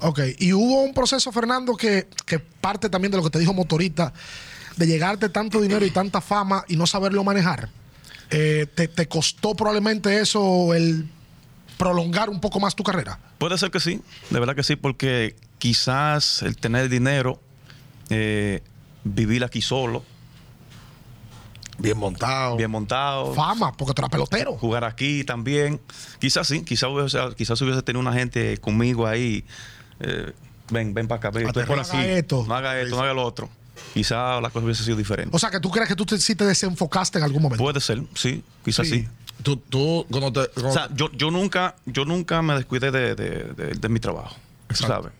S1: Ok, y hubo un proceso, Fernando, que, que parte también de lo que te dijo Motorita, de llegarte tanto dinero y tanta fama y no saberlo manejar. Eh, te, te costó probablemente eso el prolongar un poco más tu carrera?
S4: Puede ser que sí, de verdad que sí, porque quizás el tener dinero, eh, vivir aquí solo,
S3: Bien montado.
S4: bien montado,
S1: Fama, porque tú eras pelotero.
S4: jugar aquí también, quizás sí, quizás hubiese, quizás hubiese tenido una gente conmigo ahí, eh, ven, ven para acá, ven, tú
S3: Aterriza.
S4: por
S1: No
S4: aquí,
S1: haga esto.
S4: no haga esto, no haga lo otro, quizás la cosa hubiese sido diferente.
S1: O sea, que tú crees que tú te- sí te desenfocaste en algún momento.
S4: Puede ser, sí, quizás sí.
S3: Tú, tú cuando te. cuando
S4: O sea, yo, yo, nunca, yo nunca me descuidé de, de- de- de mi trabajo,
S3: Exacto.
S4: ¿sabes?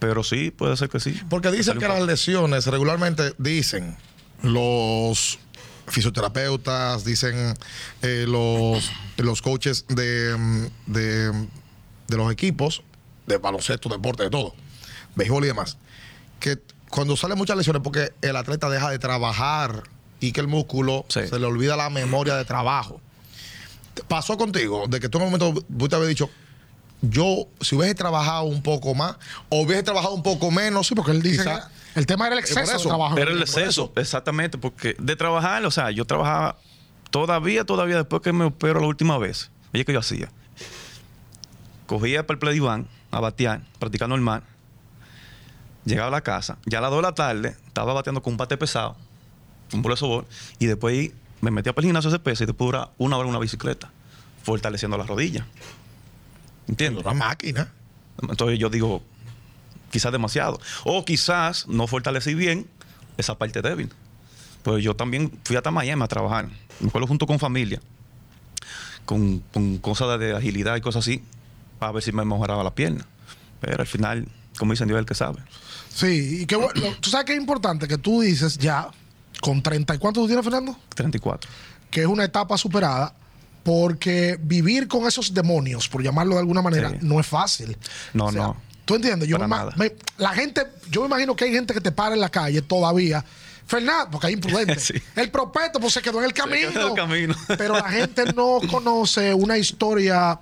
S4: Pero sí, puede ser que sí.
S3: Porque dicen
S4: Salió
S3: que
S4: un
S3: las lesiones regularmente dicen los fisioterapeutas, dicen eh, los, los coaches de, mm, de, mm, de los equipos, de baloncesto, deporte, de todo, béisbol y demás, que cuando salen muchas lesiones porque el atleta deja de trabajar y que el músculo
S4: Sí.
S3: se le olvida la memoria de trabajo. ¿Pasó contigo de que tú en un momento tú te habías dicho, yo si hubiese trabajado un poco más o hubiese trabajado un poco menos, sí,
S1: Porque él dice
S3: Quizá-
S1: que el tema era el exceso de
S3: eso,
S1: trabajo.
S4: Era el exceso, exactamente, porque de trabajar, o sea, yo trabajaba todavía, todavía después que me operó la última vez. Oye, que yo hacía? Cogía para el play diván a batear, practicar normal. Llegaba a la casa, ya a las 2 de la tarde, estaba bateando con un bate pesado, un boleto de sobol, y después ahí me metía para el gimnasio ese peso y después duraba una hora en una bicicleta, fortaleciendo las rodillas. ¿Entiendes?
S3: una máquina.
S4: Entonces yo digo, quizás demasiado. O quizás no fortalecí bien esa parte débil. Pues yo también fui hasta Miami a trabajar. Me acuerdo junto con familia, con, con cosas de agilidad y cosas así, para ver si me mejoraba la pierna. Pero al final, como dicen, Dios es el que sabe.
S1: Sí, y qué bueno. lo- Tú sabes que es importante que tú dices ya, con 30 y cuánto tú tienes, Fernando?
S4: 34.
S1: que es una etapa superada, porque vivir con esos demonios, por llamarlo de alguna manera,
S4: Sí.
S1: no es fácil.
S4: No, no.
S1: ¿Tú entiendes? Yo me,
S4: Para
S1: ima-
S4: nada.
S1: me- la gente, yo me imagino que hay gente que te para en la calle todavía. Fernando, porque hay imprudente.
S4: Sí.
S1: El propeto, pues se quedó en el
S4: quedó
S1: camino.
S4: en el camino.
S1: Pero la gente no conoce una historia.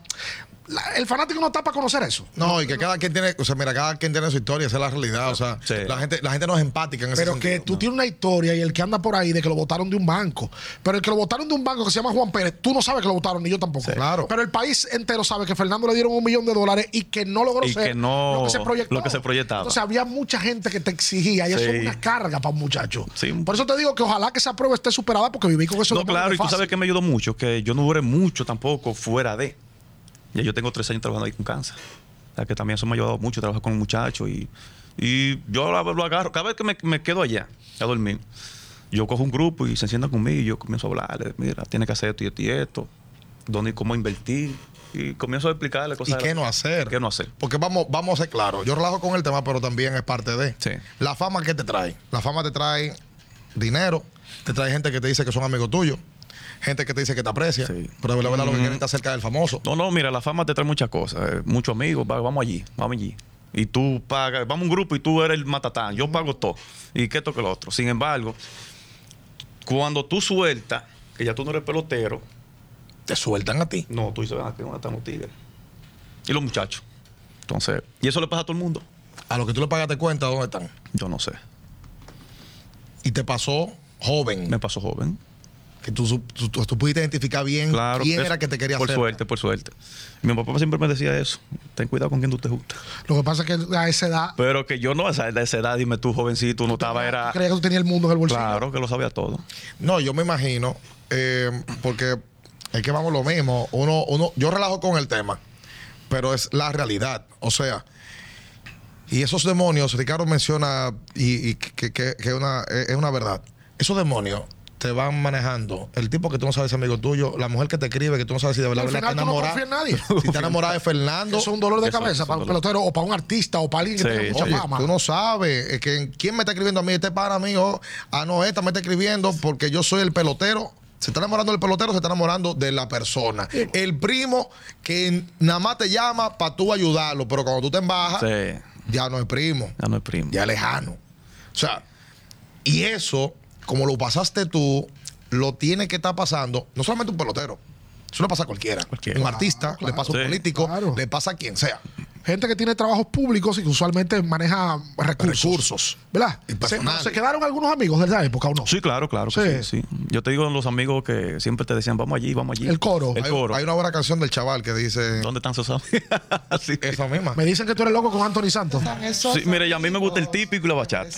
S1: La- el fanático no está para conocer eso.
S3: No, y que cada quien tiene, o sea, mira, cada quien tiene su historia, esa es la realidad, o sea,
S4: Sí.
S3: la gente la gente no es empática en ese
S1: Pero que
S3: sentido.
S1: tú tienes una historia y el que anda por ahí de que lo votaron de un banco. Pero el que lo votaron de un banco que se llama Juan Pérez, tú no sabes que lo votaron, ni yo tampoco.
S3: Claro.
S1: Pero el país entero sabe que Fernando le dieron un millón de dólares y que no logró
S4: Y
S1: ser
S4: que no-
S1: lo que se proyectaba.
S4: lo que se proyectaba.
S1: Entonces había mucha gente que te exigía y eso
S4: Sí.
S1: es una carga para un muchacho.
S4: Sí.
S1: Por eso te digo que ojalá que esa prueba esté superada porque viví con eso.
S4: No,
S1: de manera
S4: claro, y tú
S1: fácil.
S4: sabes que me ayudó mucho, que yo no duré mucho tampoco fuera de. Ya yo tengo tres años trabajando ahí con cáncer. O sea, que también eso me ha ayudado mucho, trabajar con muchachos y, y yo lo, lo agarro. Cada vez que me, me quedo allá a dormir, yo cojo un grupo y se sientan conmigo y yo comienzo a hablarles, mira, tienes que hacer esto y esto y esto, dónde y cómo invertir. Y comienzo a explicarle
S3: ¿Y
S4: cosas.
S3: qué no hacer?
S4: ¿Qué no hacer?
S3: Porque vamos, vamos a ser claros. Yo relajo con el tema, pero también es parte de.
S4: Sí.
S3: La fama que te trae. La fama te trae dinero, te trae gente que te dice que son amigos tuyos, gente que te dice que te aprecia,
S4: Sí.
S3: pero de la verdad lo que quieren está cerca del famoso.
S4: No, no, mira, la fama te trae muchas cosas. eh, muchos amigos, va- vamos allí, vamos allí. Y tú pagas, vamos a un grupo y tú eres el matatán. Yo pago todo. Y que esto que lo otro. Sin embargo, cuando tú sueltas, que ya tú no eres pelotero,
S3: Te sueltan a ti.
S4: no, tú dices, ah, que van a estar los tigres. Y los muchachos. Entonces, y eso le pasa a todo el mundo.
S3: A lo que tú le pagaste cuenta, ¿dónde están?
S4: Yo no sé.
S3: Y te pasó joven.
S4: Me pasó joven.
S3: Que tú, su- tú, tú- tú pudiste identificar bien
S4: Claro.
S3: quién
S4: eso-
S3: era que te quería
S4: Por
S3: hacer.
S4: suerte, por suerte. Mi papá siempre me decía eso. Ten cuidado con quien tú te gustas.
S1: Lo que pasa es que a esa edad
S4: Pero que yo no, a esa, a esa edad, dime tú, jovencito, no estaba, era.
S1: creía que tú tenías el mundo en el bolsillo.
S4: Claro, que lo sabía todo.
S3: No, yo me imagino, eh, porque es que vamos lo mismo. Uno, uno, yo relajo con el tema, pero es la realidad. O sea, y esos demonios, Ricardo menciona, y, y que, que- que es una, es una verdad. Esos demonios te van manejando. El tipo que tú no sabes es amigo tuyo, la mujer que te escribe, que tú no sabes si de verdad
S1: Al
S3: verdad
S1: final
S3: está
S1: tú no
S3: enamorada.
S1: confías en nadie.
S3: Si está enamorada de Fernando.
S1: Eso es un dolor de
S4: Eso-
S1: cabeza
S4: eso es
S1: para un
S4: dolor.
S1: pelotero o para un artista o para alguien que
S4: Sí,
S1: tiene mucha
S3: Oye,
S1: fama.
S3: tú no sabes es que, quién me está escribiendo a mí, este para mí, o ah, no, esta me está escribiendo porque yo soy el pelotero. Se está enamorando del pelotero, se está enamorando de la persona. El primo que nada más te llama para tú ayudarlo, pero cuando tú te
S1: Ah.
S3: embajas,
S4: Sí.
S3: ya no es primo,
S4: Ya no es primo.
S3: ya es lejano. O sea, y eso, como lo pasaste tú, lo tiene que estar pasando, no solamente un pelotero, eso le pasa a cualquiera.
S4: Cualquiera.
S3: Un artista, le pasa a un
S4: Sí.
S3: político,
S1: Claro.
S3: le pasa a quien sea.
S1: gente que tiene trabajos públicos y que usualmente maneja recursos.
S3: Recursos.
S1: ¿Verdad?
S3: Y
S1: Se,
S3: personal.
S1: se quedaron algunos amigos de la época o no.
S4: Sí, claro, claro.
S1: Sí.
S4: que sí. sí. Yo te digo los amigos que siempre te decían, vamos allí, vamos allí.
S1: El coro.
S4: El
S3: Hay,
S4: coro.
S3: hay una buena canción del chaval que dice
S4: ¿Dónde están sus amigos? sí.
S3: esa misma.
S1: Me dicen que tú eres loco con Anthony Santos.
S4: Sí, mira, y a mí me gusta el típico y la bachata.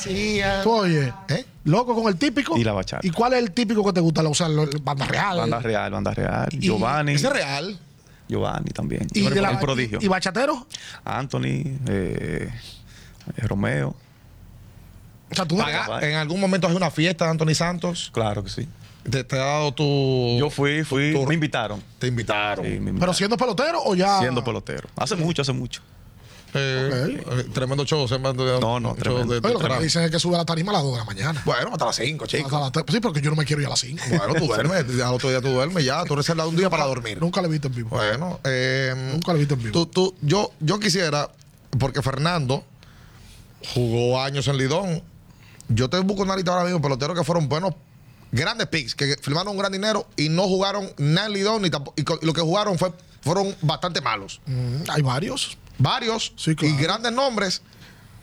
S1: Tú oye,
S3: ¿Eh?
S1: loco con el típico.
S4: Y la bachata.
S1: ¿Y cuál es el típico que te gusta? O sea, lo- banda real.
S4: Banda real, banda real. Giovanni.
S3: Ese es real.
S4: Giovanni también.
S1: Y
S4: el,
S1: de la-
S4: prodigio.
S1: Y, y bachatero.
S4: Anthony, eh, eh, Romeo.
S1: O sea, tú
S4: Ah,
S3: Paga- en algún momento hay una fiesta de Anthony Santos.
S4: Claro que sí.
S3: Te, te ha dado tu.
S4: Yo fui, fui, me invitaron.
S3: Te invitaron.
S1: Oh.
S4: Sí, me
S1: Pero ah.
S4: invitaron.
S1: siendo pelotero o ya.
S4: siendo pelotero. Hace mucho, hace mucho.
S3: Eh, eh, Tremendo show, se me han dado
S4: No, no,
S3: un show
S4: tremendo.
S3: de- de
S1: Oye, lo que me
S3: trabajo.
S1: dicen es que sube a la tarima a las 2 de la mañana.
S3: Bueno, hasta las 5, chicos.
S1: Hasta las tres. Sí, porque yo no me quiero ir a las 5.
S3: Bueno, tú duermes, al otro día tú duermes ya, tú reservas un día para dormir.
S1: Nunca le he visto en vivo.
S3: Bueno, eh,
S1: Nunca lo he visto en vivo.
S3: tú- tú- yo, yo quisiera, porque Fernando jugó años en Lidón. Yo te busco una lista ahora mismo, peloteros que fueron buenos, grandes picks, que firmaron un gran dinero y no jugaron nada en Lidón, ni tampo- y, co- y lo que jugaron fue, fueron bastante malos.
S1: Mm, hay varios.
S3: Varios
S1: Sí, claro.
S3: y grandes nombres.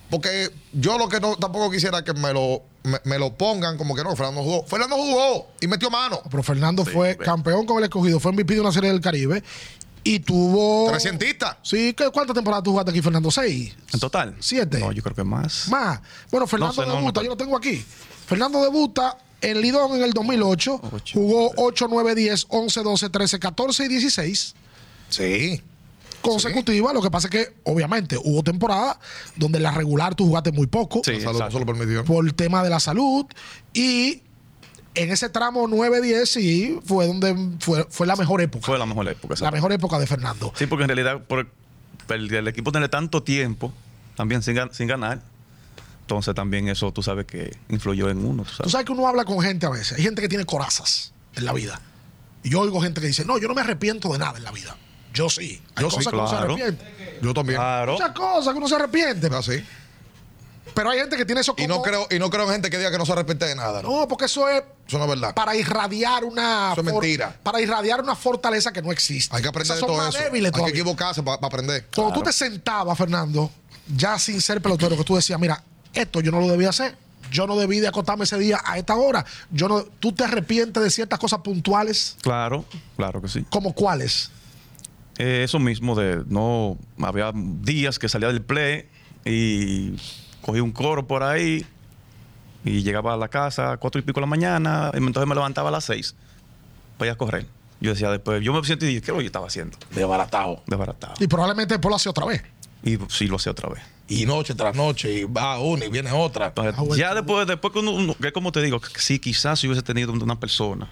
S3: Porque yo lo que no, tampoco quisiera que me lo, me, me lo pongan como que no, Fernando jugó. Fernando jugó y metió mano.
S1: Pero Fernando fue campeón con el escogido, fue MVP de una serie del Caribe y tuvo.
S3: 300.
S1: Sí, ¿qué- ¿cuántas temporadas tú jugaste aquí, Fernando? ¿Seis?
S4: En total.
S1: Siete.
S4: No, yo creo que más.
S1: Más. Bueno, Fernando
S4: sé, no,
S1: debuta,
S4: no.
S1: yo lo tengo aquí. Fernando debuta en Lidón en el 2008,
S4: Ocho.
S1: jugó 8, 9, 10, 11, 12, 13, 14 y 16
S3: Sí.
S1: consecutivas. Lo que pasa es que, obviamente, hubo temporadas donde en la regular tú jugaste muy poco
S4: Sí,
S3: O sea, lo-
S4: exacto.
S3: eso lo permitió.
S1: por tema de la salud y en ese tramo 9-10 sí fue donde fue, fue la mejor época.
S4: Fue la mejor época.
S1: la
S4: exacto.
S1: mejor época de Fernando.
S4: Sí, porque en realidad, por el, el equipo tener tanto tiempo, también sin, gan- sin ganar, entonces también eso tú sabes que influyó en uno. Tú
S1: Tú
S4: sabes.
S1: sabes que uno habla con gente a veces. Hay gente que tiene corazas en la vida. Y yo oigo gente que dice, no, yo no me arrepiento de nada en la vida. Yo sí. Hay
S4: Yo sí,
S1: cosas que uno se
S4: claro.
S1: arrepiente.
S3: Yo también.
S4: Claro.
S1: Muchas cosas que uno se arrepiente.
S3: Así.
S1: Pero hay gente que tiene eso como...
S3: Y no creo, y no creo en gente que diga que no se arrepiente de nada. ¿no?
S1: No, porque eso es
S3: Eso no es verdad.
S1: para irradiar una...
S3: Eso es
S1: for-
S3: mentira.
S1: Para irradiar una fortaleza que no existe.
S3: Hay que aprender
S1: Esas
S3: de
S1: son
S3: todo
S1: más
S3: eso.
S1: débiles
S3: Hay que
S1: todavía.
S3: equivocarse para aprender.
S1: Cuando tú te sentabas, Fernando, ya sin ser pelotero, que tú decías, mira, esto yo no lo debía hacer. Yo no debí de acostarme ese día a esta hora. Yo no, ¿Tú te arrepientes de ciertas cosas puntuales?
S4: Claro, claro que sí.
S1: ¿Como cuáles?
S4: Eh, eso mismo de no había días que salía del play y cogí un coro por ahí y llegaba a la casa a cuatro y pico de la mañana, y entonces me levantaba a las seis para ir a correr. Yo decía después, yo me siento y dije, ¿qué lo yo estaba haciendo?
S3: Desbaratado.
S4: Desbaratado.
S1: Y probablemente después lo hacía otra vez.
S4: Y sí lo hacía otra vez.
S3: Y noche tras noche, y va una y viene otra.
S4: Entonces,
S1: Ah, bueno,
S4: ya después, después que uno, uno- que como te digo, que si quizás si hubiese tenido una persona,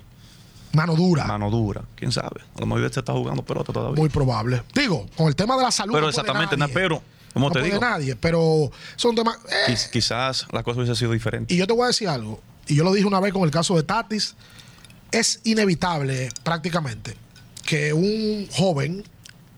S1: Mano dura.
S4: mano dura, quién sabe, a lo mejor hubiese estado jugando pelota todavía.
S1: Muy probable. Digo, con el tema de la salud.
S4: pero
S1: no puede
S4: exactamente,
S1: nadie.
S4: na- pero, como
S1: no
S4: te
S1: puede
S4: digo,
S1: nadie, pero son temas. eh,
S4: quiz- quizás la cosa hubiese sido diferente.
S1: Y yo te voy a decir algo, y yo lo dije una vez con el caso de Tatis, es inevitable prácticamente que un joven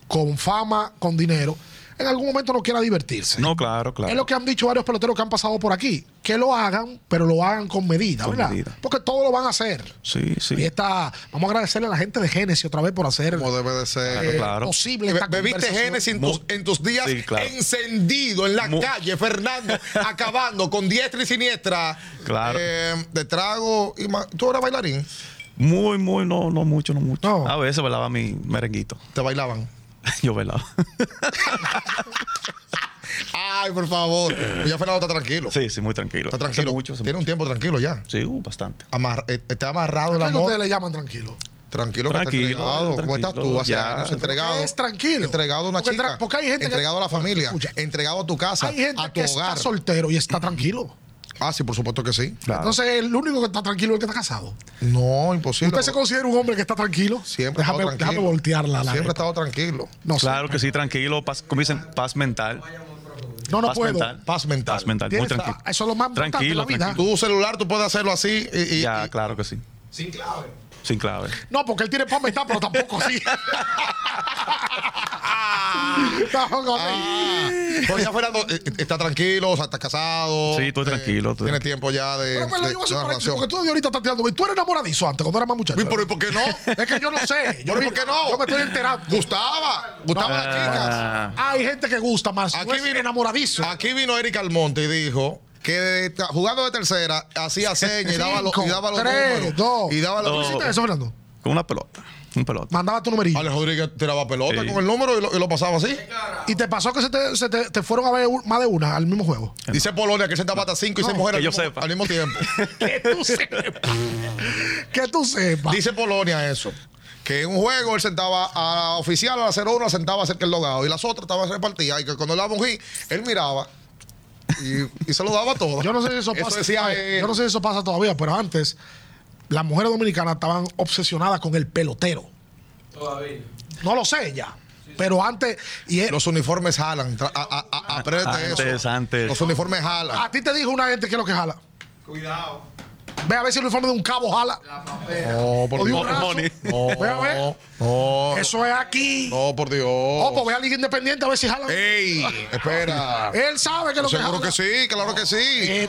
S1: con fama, con dinero, en algún momento no quiera divertirse.
S4: no, claro, claro.
S1: Es lo que han dicho varios peloteros que han pasado por aquí, que lo hagan, pero lo hagan con medida,
S4: Con
S1: ¿verdad?
S4: medida.
S1: Porque todos lo van a hacer.
S4: Sí, sí.
S1: Y esta, vamos a agradecerle a la gente de Genesis otra vez por hacer
S3: Como debe de ser.
S1: eh,
S4: Claro, claro.
S1: posible
S3: Be-
S1: esta
S3: Bebiste
S1: conversación.
S3: genes en tus,
S4: Mu-
S3: en tus días
S4: Sí, claro.
S3: encendido en la
S4: Mu-
S3: calle, Fernando, acabando con diestra y siniestra
S4: Claro.
S3: eh, de trago. Y ma- ¿Tú eras bailarín?
S4: Muy, muy, no, no mucho, no mucho.
S1: No.
S4: A veces bailaba mi merenguito.
S3: Te bailaban.
S4: yo bailaba.
S3: Ay, por favor. Ya Fernando está tranquilo.
S4: sí, sí, muy tranquilo.
S3: Está
S4: Hace
S3: tranquilo.
S4: mucho, hace
S3: Tiene un tiempo tranquilo ya.
S4: mucho. Sí, uh, bastante.
S3: Amar- eh, está amarrado el
S1: ¿Por qué
S3: amor.
S1: ustedes le llaman tranquilo?
S3: Tranquilo, que
S4: Tranquilo,
S3: está entregado. ¿Cómo
S4: tranquilo,
S3: estás tú? Hace
S4: ya.
S3: años entregado.
S1: ¿Qué es tranquilo?
S3: Entregado a una
S1: Porque tra-
S3: chica.
S1: porque hay gente que-
S3: entregado a la familia.
S1: Escucha.
S3: entregado a tu casa.
S1: Hay gente
S3: a tu
S1: que
S3: hogar.
S1: está soltero y está tranquilo.
S3: Ah, sí, por supuesto que sí.
S4: Claro.
S1: Entonces, el único que está tranquilo es el que está casado.
S3: No, imposible.
S1: ¿Usted se considera un hombre que está tranquilo?
S3: Siempre he estado
S1: déjame,
S3: tranquilo.
S1: déjame voltearla. La
S3: Siempre he
S1: neta.
S3: estado tranquilo.
S1: No, sé.
S4: claro que sí, tranquilo. Paz, como dicen, paz mental.
S1: no, no
S4: paz
S1: puedo.
S4: mental.
S3: Paz mental.
S4: Paz mental, muy
S1: Tienes-
S4: tranquilo.
S1: Eso es lo más importante en
S4: Tranquilo,
S1: la vida.
S4: tranquilo.
S3: Tu celular, tú puedes hacerlo así y, y-
S4: Ya,
S3: y-
S4: claro que sí.
S5: Sin clave.
S4: Sin clave.
S1: No, porque él tiene paz mental, pero tampoco así. Tampoco así.
S3: Ah, pero ya Fernando eh, eh, está tranquilo, o sea, está casado.
S4: Sí, estoy tranquilo, estoy
S3: Tiene
S4: tranquilo.
S3: tiempo ya de.
S1: Pero, pues, lo
S3: de-
S1: digo así
S3: de
S1: por
S3: una
S1: aquí,
S3: relación.
S1: porque tú de ahorita estás tirando. Tú eres enamoradito antes, cuando eras más muchacho.
S3: ¿Y por, y por qué no?
S1: Es que yo no sé. Yo
S3: ¿Pero por qué no?
S1: Yo me estoy enterando.
S3: Gustaba, gustaba a las chicas.
S4: Ah,
S1: Hay gente que gusta más.
S3: Aquí
S1: Aquí es
S3: viene-
S1: enamoradizo.
S3: Aquí vino Eric Almonte y dijo que de- ta- jugando de tercera hacía señas y daba los, y daba los
S1: Cinco, tres,
S3: números.
S1: dos.
S3: Y daba los
S1: ¿Tú
S4: Dos.
S1: hiciste eso, Fernando?
S4: con una pelota. Un pelota.
S1: Mandaba tu numerito.
S3: Alex Rodríguez tiraba pelota
S4: Sí.
S3: con el número y lo, y lo pasaba así.
S1: ¿Y te pasó que se te, se te- te fueron a ver un- más de una al mismo juego?
S3: Dice Polonia que él se tapaba hasta cinco y seis mujeres
S4: que yo
S3: al mismo-
S4: sepa.
S3: al mismo tiempo.
S1: Que tú sepas. que tú sepas.
S3: Dice Polonia eso. Que en un juego él sentaba a oficial a la 01, sentaba cerca del logado y las otras estaban repartidas. Y que cuando la mujer, él miraba y, y saludaba a todas.
S1: Yo no sé si eso pasa. eh,
S3: decía
S1: ay,
S3: él.
S1: yo no sé si eso pasa todavía, pero antes las mujeres dominicanas estaban obsesionadas con el pelotero.
S6: Todavía.
S1: No lo sé ya. Pero antes, y e-
S3: Los uniformes jalan. Tra- a- a- a- Apréndete
S4: Antes,
S3: eso.
S4: antes.
S3: Los uniformes jalan.
S1: a ti te dijo una gente que es lo que jala.
S6: Cuidado.
S1: Ve a ver si el uniforme de un cabo jala.
S6: La papera.
S3: No, por
S1: O de
S3: Dios.
S1: un raso.
S4: Money.
S3: No,
S1: Ve a ver.
S3: no,
S1: Eso es aquí.
S3: no, por Dios.
S1: O pues ve a Liga Independiente a ver si jala.
S3: ¡Ey! Espera.
S1: Él sabe que es Eh, lo que
S3: Seguro
S1: jala.
S3: que sí, claro que sí.
S1: Eh,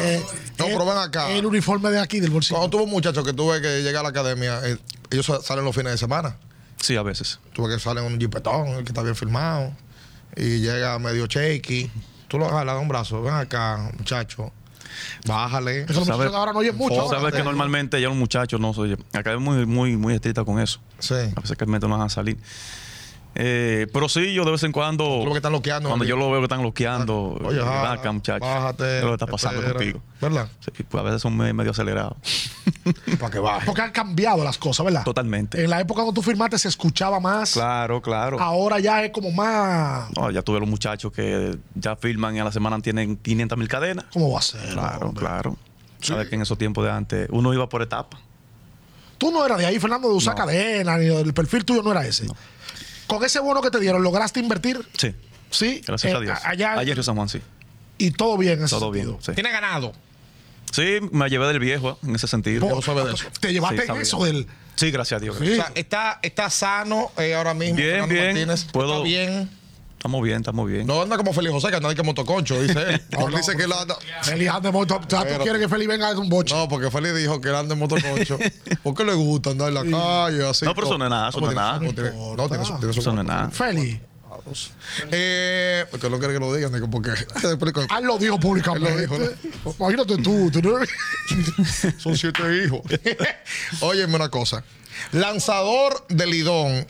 S1: eh,
S3: No, pero ven acá.
S1: El uniforme de aquí, del
S3: Cuando
S1: bolsillo.
S3: tuve un muchacho que tuve que llegar a la academia, eh, ellos sa- salen los fines de semana.
S4: Sí, a veces.
S3: Tuve que salir en un jipetón, el que está bien filmado. Y llega medio shaky. Tú lo jalas de un brazo. Ven acá, muchacho. Bájale.
S1: Eso los
S4: Sabe-
S1: muchachos de ahora no oyen mucho.
S3: Sabe-
S1: ahora.
S4: Sabes que normalmente ya los muchachos no soy Acá es muy, muy, muy estricta con eso.
S3: Sí.
S4: A veces que me van a salir. Eh, pero sí, yo de vez en cuando.
S3: Tú lo que están loqueando,
S4: Cuando
S3: Andy.
S4: yo lo veo que están loqueando.
S3: Oye,
S4: eh,
S3: jala,
S4: acá, muchacho.
S3: Bájate.
S4: Es lo que está pasando
S3: espera.
S4: contigo.
S3: ¿Verdad?
S4: Sí, pues a veces son me- medio acelerados.
S3: Para que baje.
S1: Porque han cambiado las cosas, ¿verdad?
S4: Totalmente.
S3: Eh.
S1: En la época cuando tú firmaste se escuchaba más.
S4: Claro, claro.
S3: Ah.
S1: Ahora ya es como más.
S4: No, ya tuve los muchachos que ya firman y a la semana tienen 500 mil cadenas.
S1: ¿Cómo va a ser?
S4: Claro,
S1: hombre?
S4: claro. Sabes que en esos tiempos de antes uno iba por etapa.
S1: Tú no eras de ahí, Fernando, de usar
S4: No.
S1: cadena, ni el perfil tuyo no era ese. Con ese bono que te dieron, ¿lograste invertir?
S4: Sí.
S1: Sí.
S4: Gracias
S1: Eh,
S4: a Dios.
S1: a- Allá,
S4: Ayer en San Juan, sí.
S1: Y todo bien. en ese
S4: Todo bien.
S1: sentido.
S4: Sí.
S7: Tiene ganado.
S4: Sí, me llevé del viejo eh, en ese sentido.
S1: Vos-
S3: sabe de eso.
S1: Te llevaste
S4: Sí,
S1: en
S4: sabía.
S1: eso del.
S4: Sí, gracias a Dios.
S1: Sí.
S7: O sea, está, está sano eh, ahora mismo.
S4: Bien,
S7: Fernando
S4: bien.
S7: Martínez.
S4: Puedo-
S7: Está bien.
S4: Estamos bien, estamos bien.
S3: No anda como Feliz José, que anda ahí que motoconcho, dice él. Él dice que él anda.
S1: Feli anda muerto. O sea, tú
S3: Espérate.
S1: quieres que Feli venga de un boche.
S3: No, porque Feli dijo que él anda en motoconcho. Porque le gusta andar en la calle, así.
S4: No, pero eso no es nada, eso no es nada.
S3: Tiene- No, tiene su- tiene su
S4: Eso no es nada.
S1: Feli,
S3: Eh, porque no quiere que lo digan, digo, porque te explico.
S1: ah, él lo dijo públicamente.
S3: Él lo dijo,
S1: Imagínate tú. tú no-
S3: Son siete hijos. Óyeme una cosa. Lanzador de Lidón,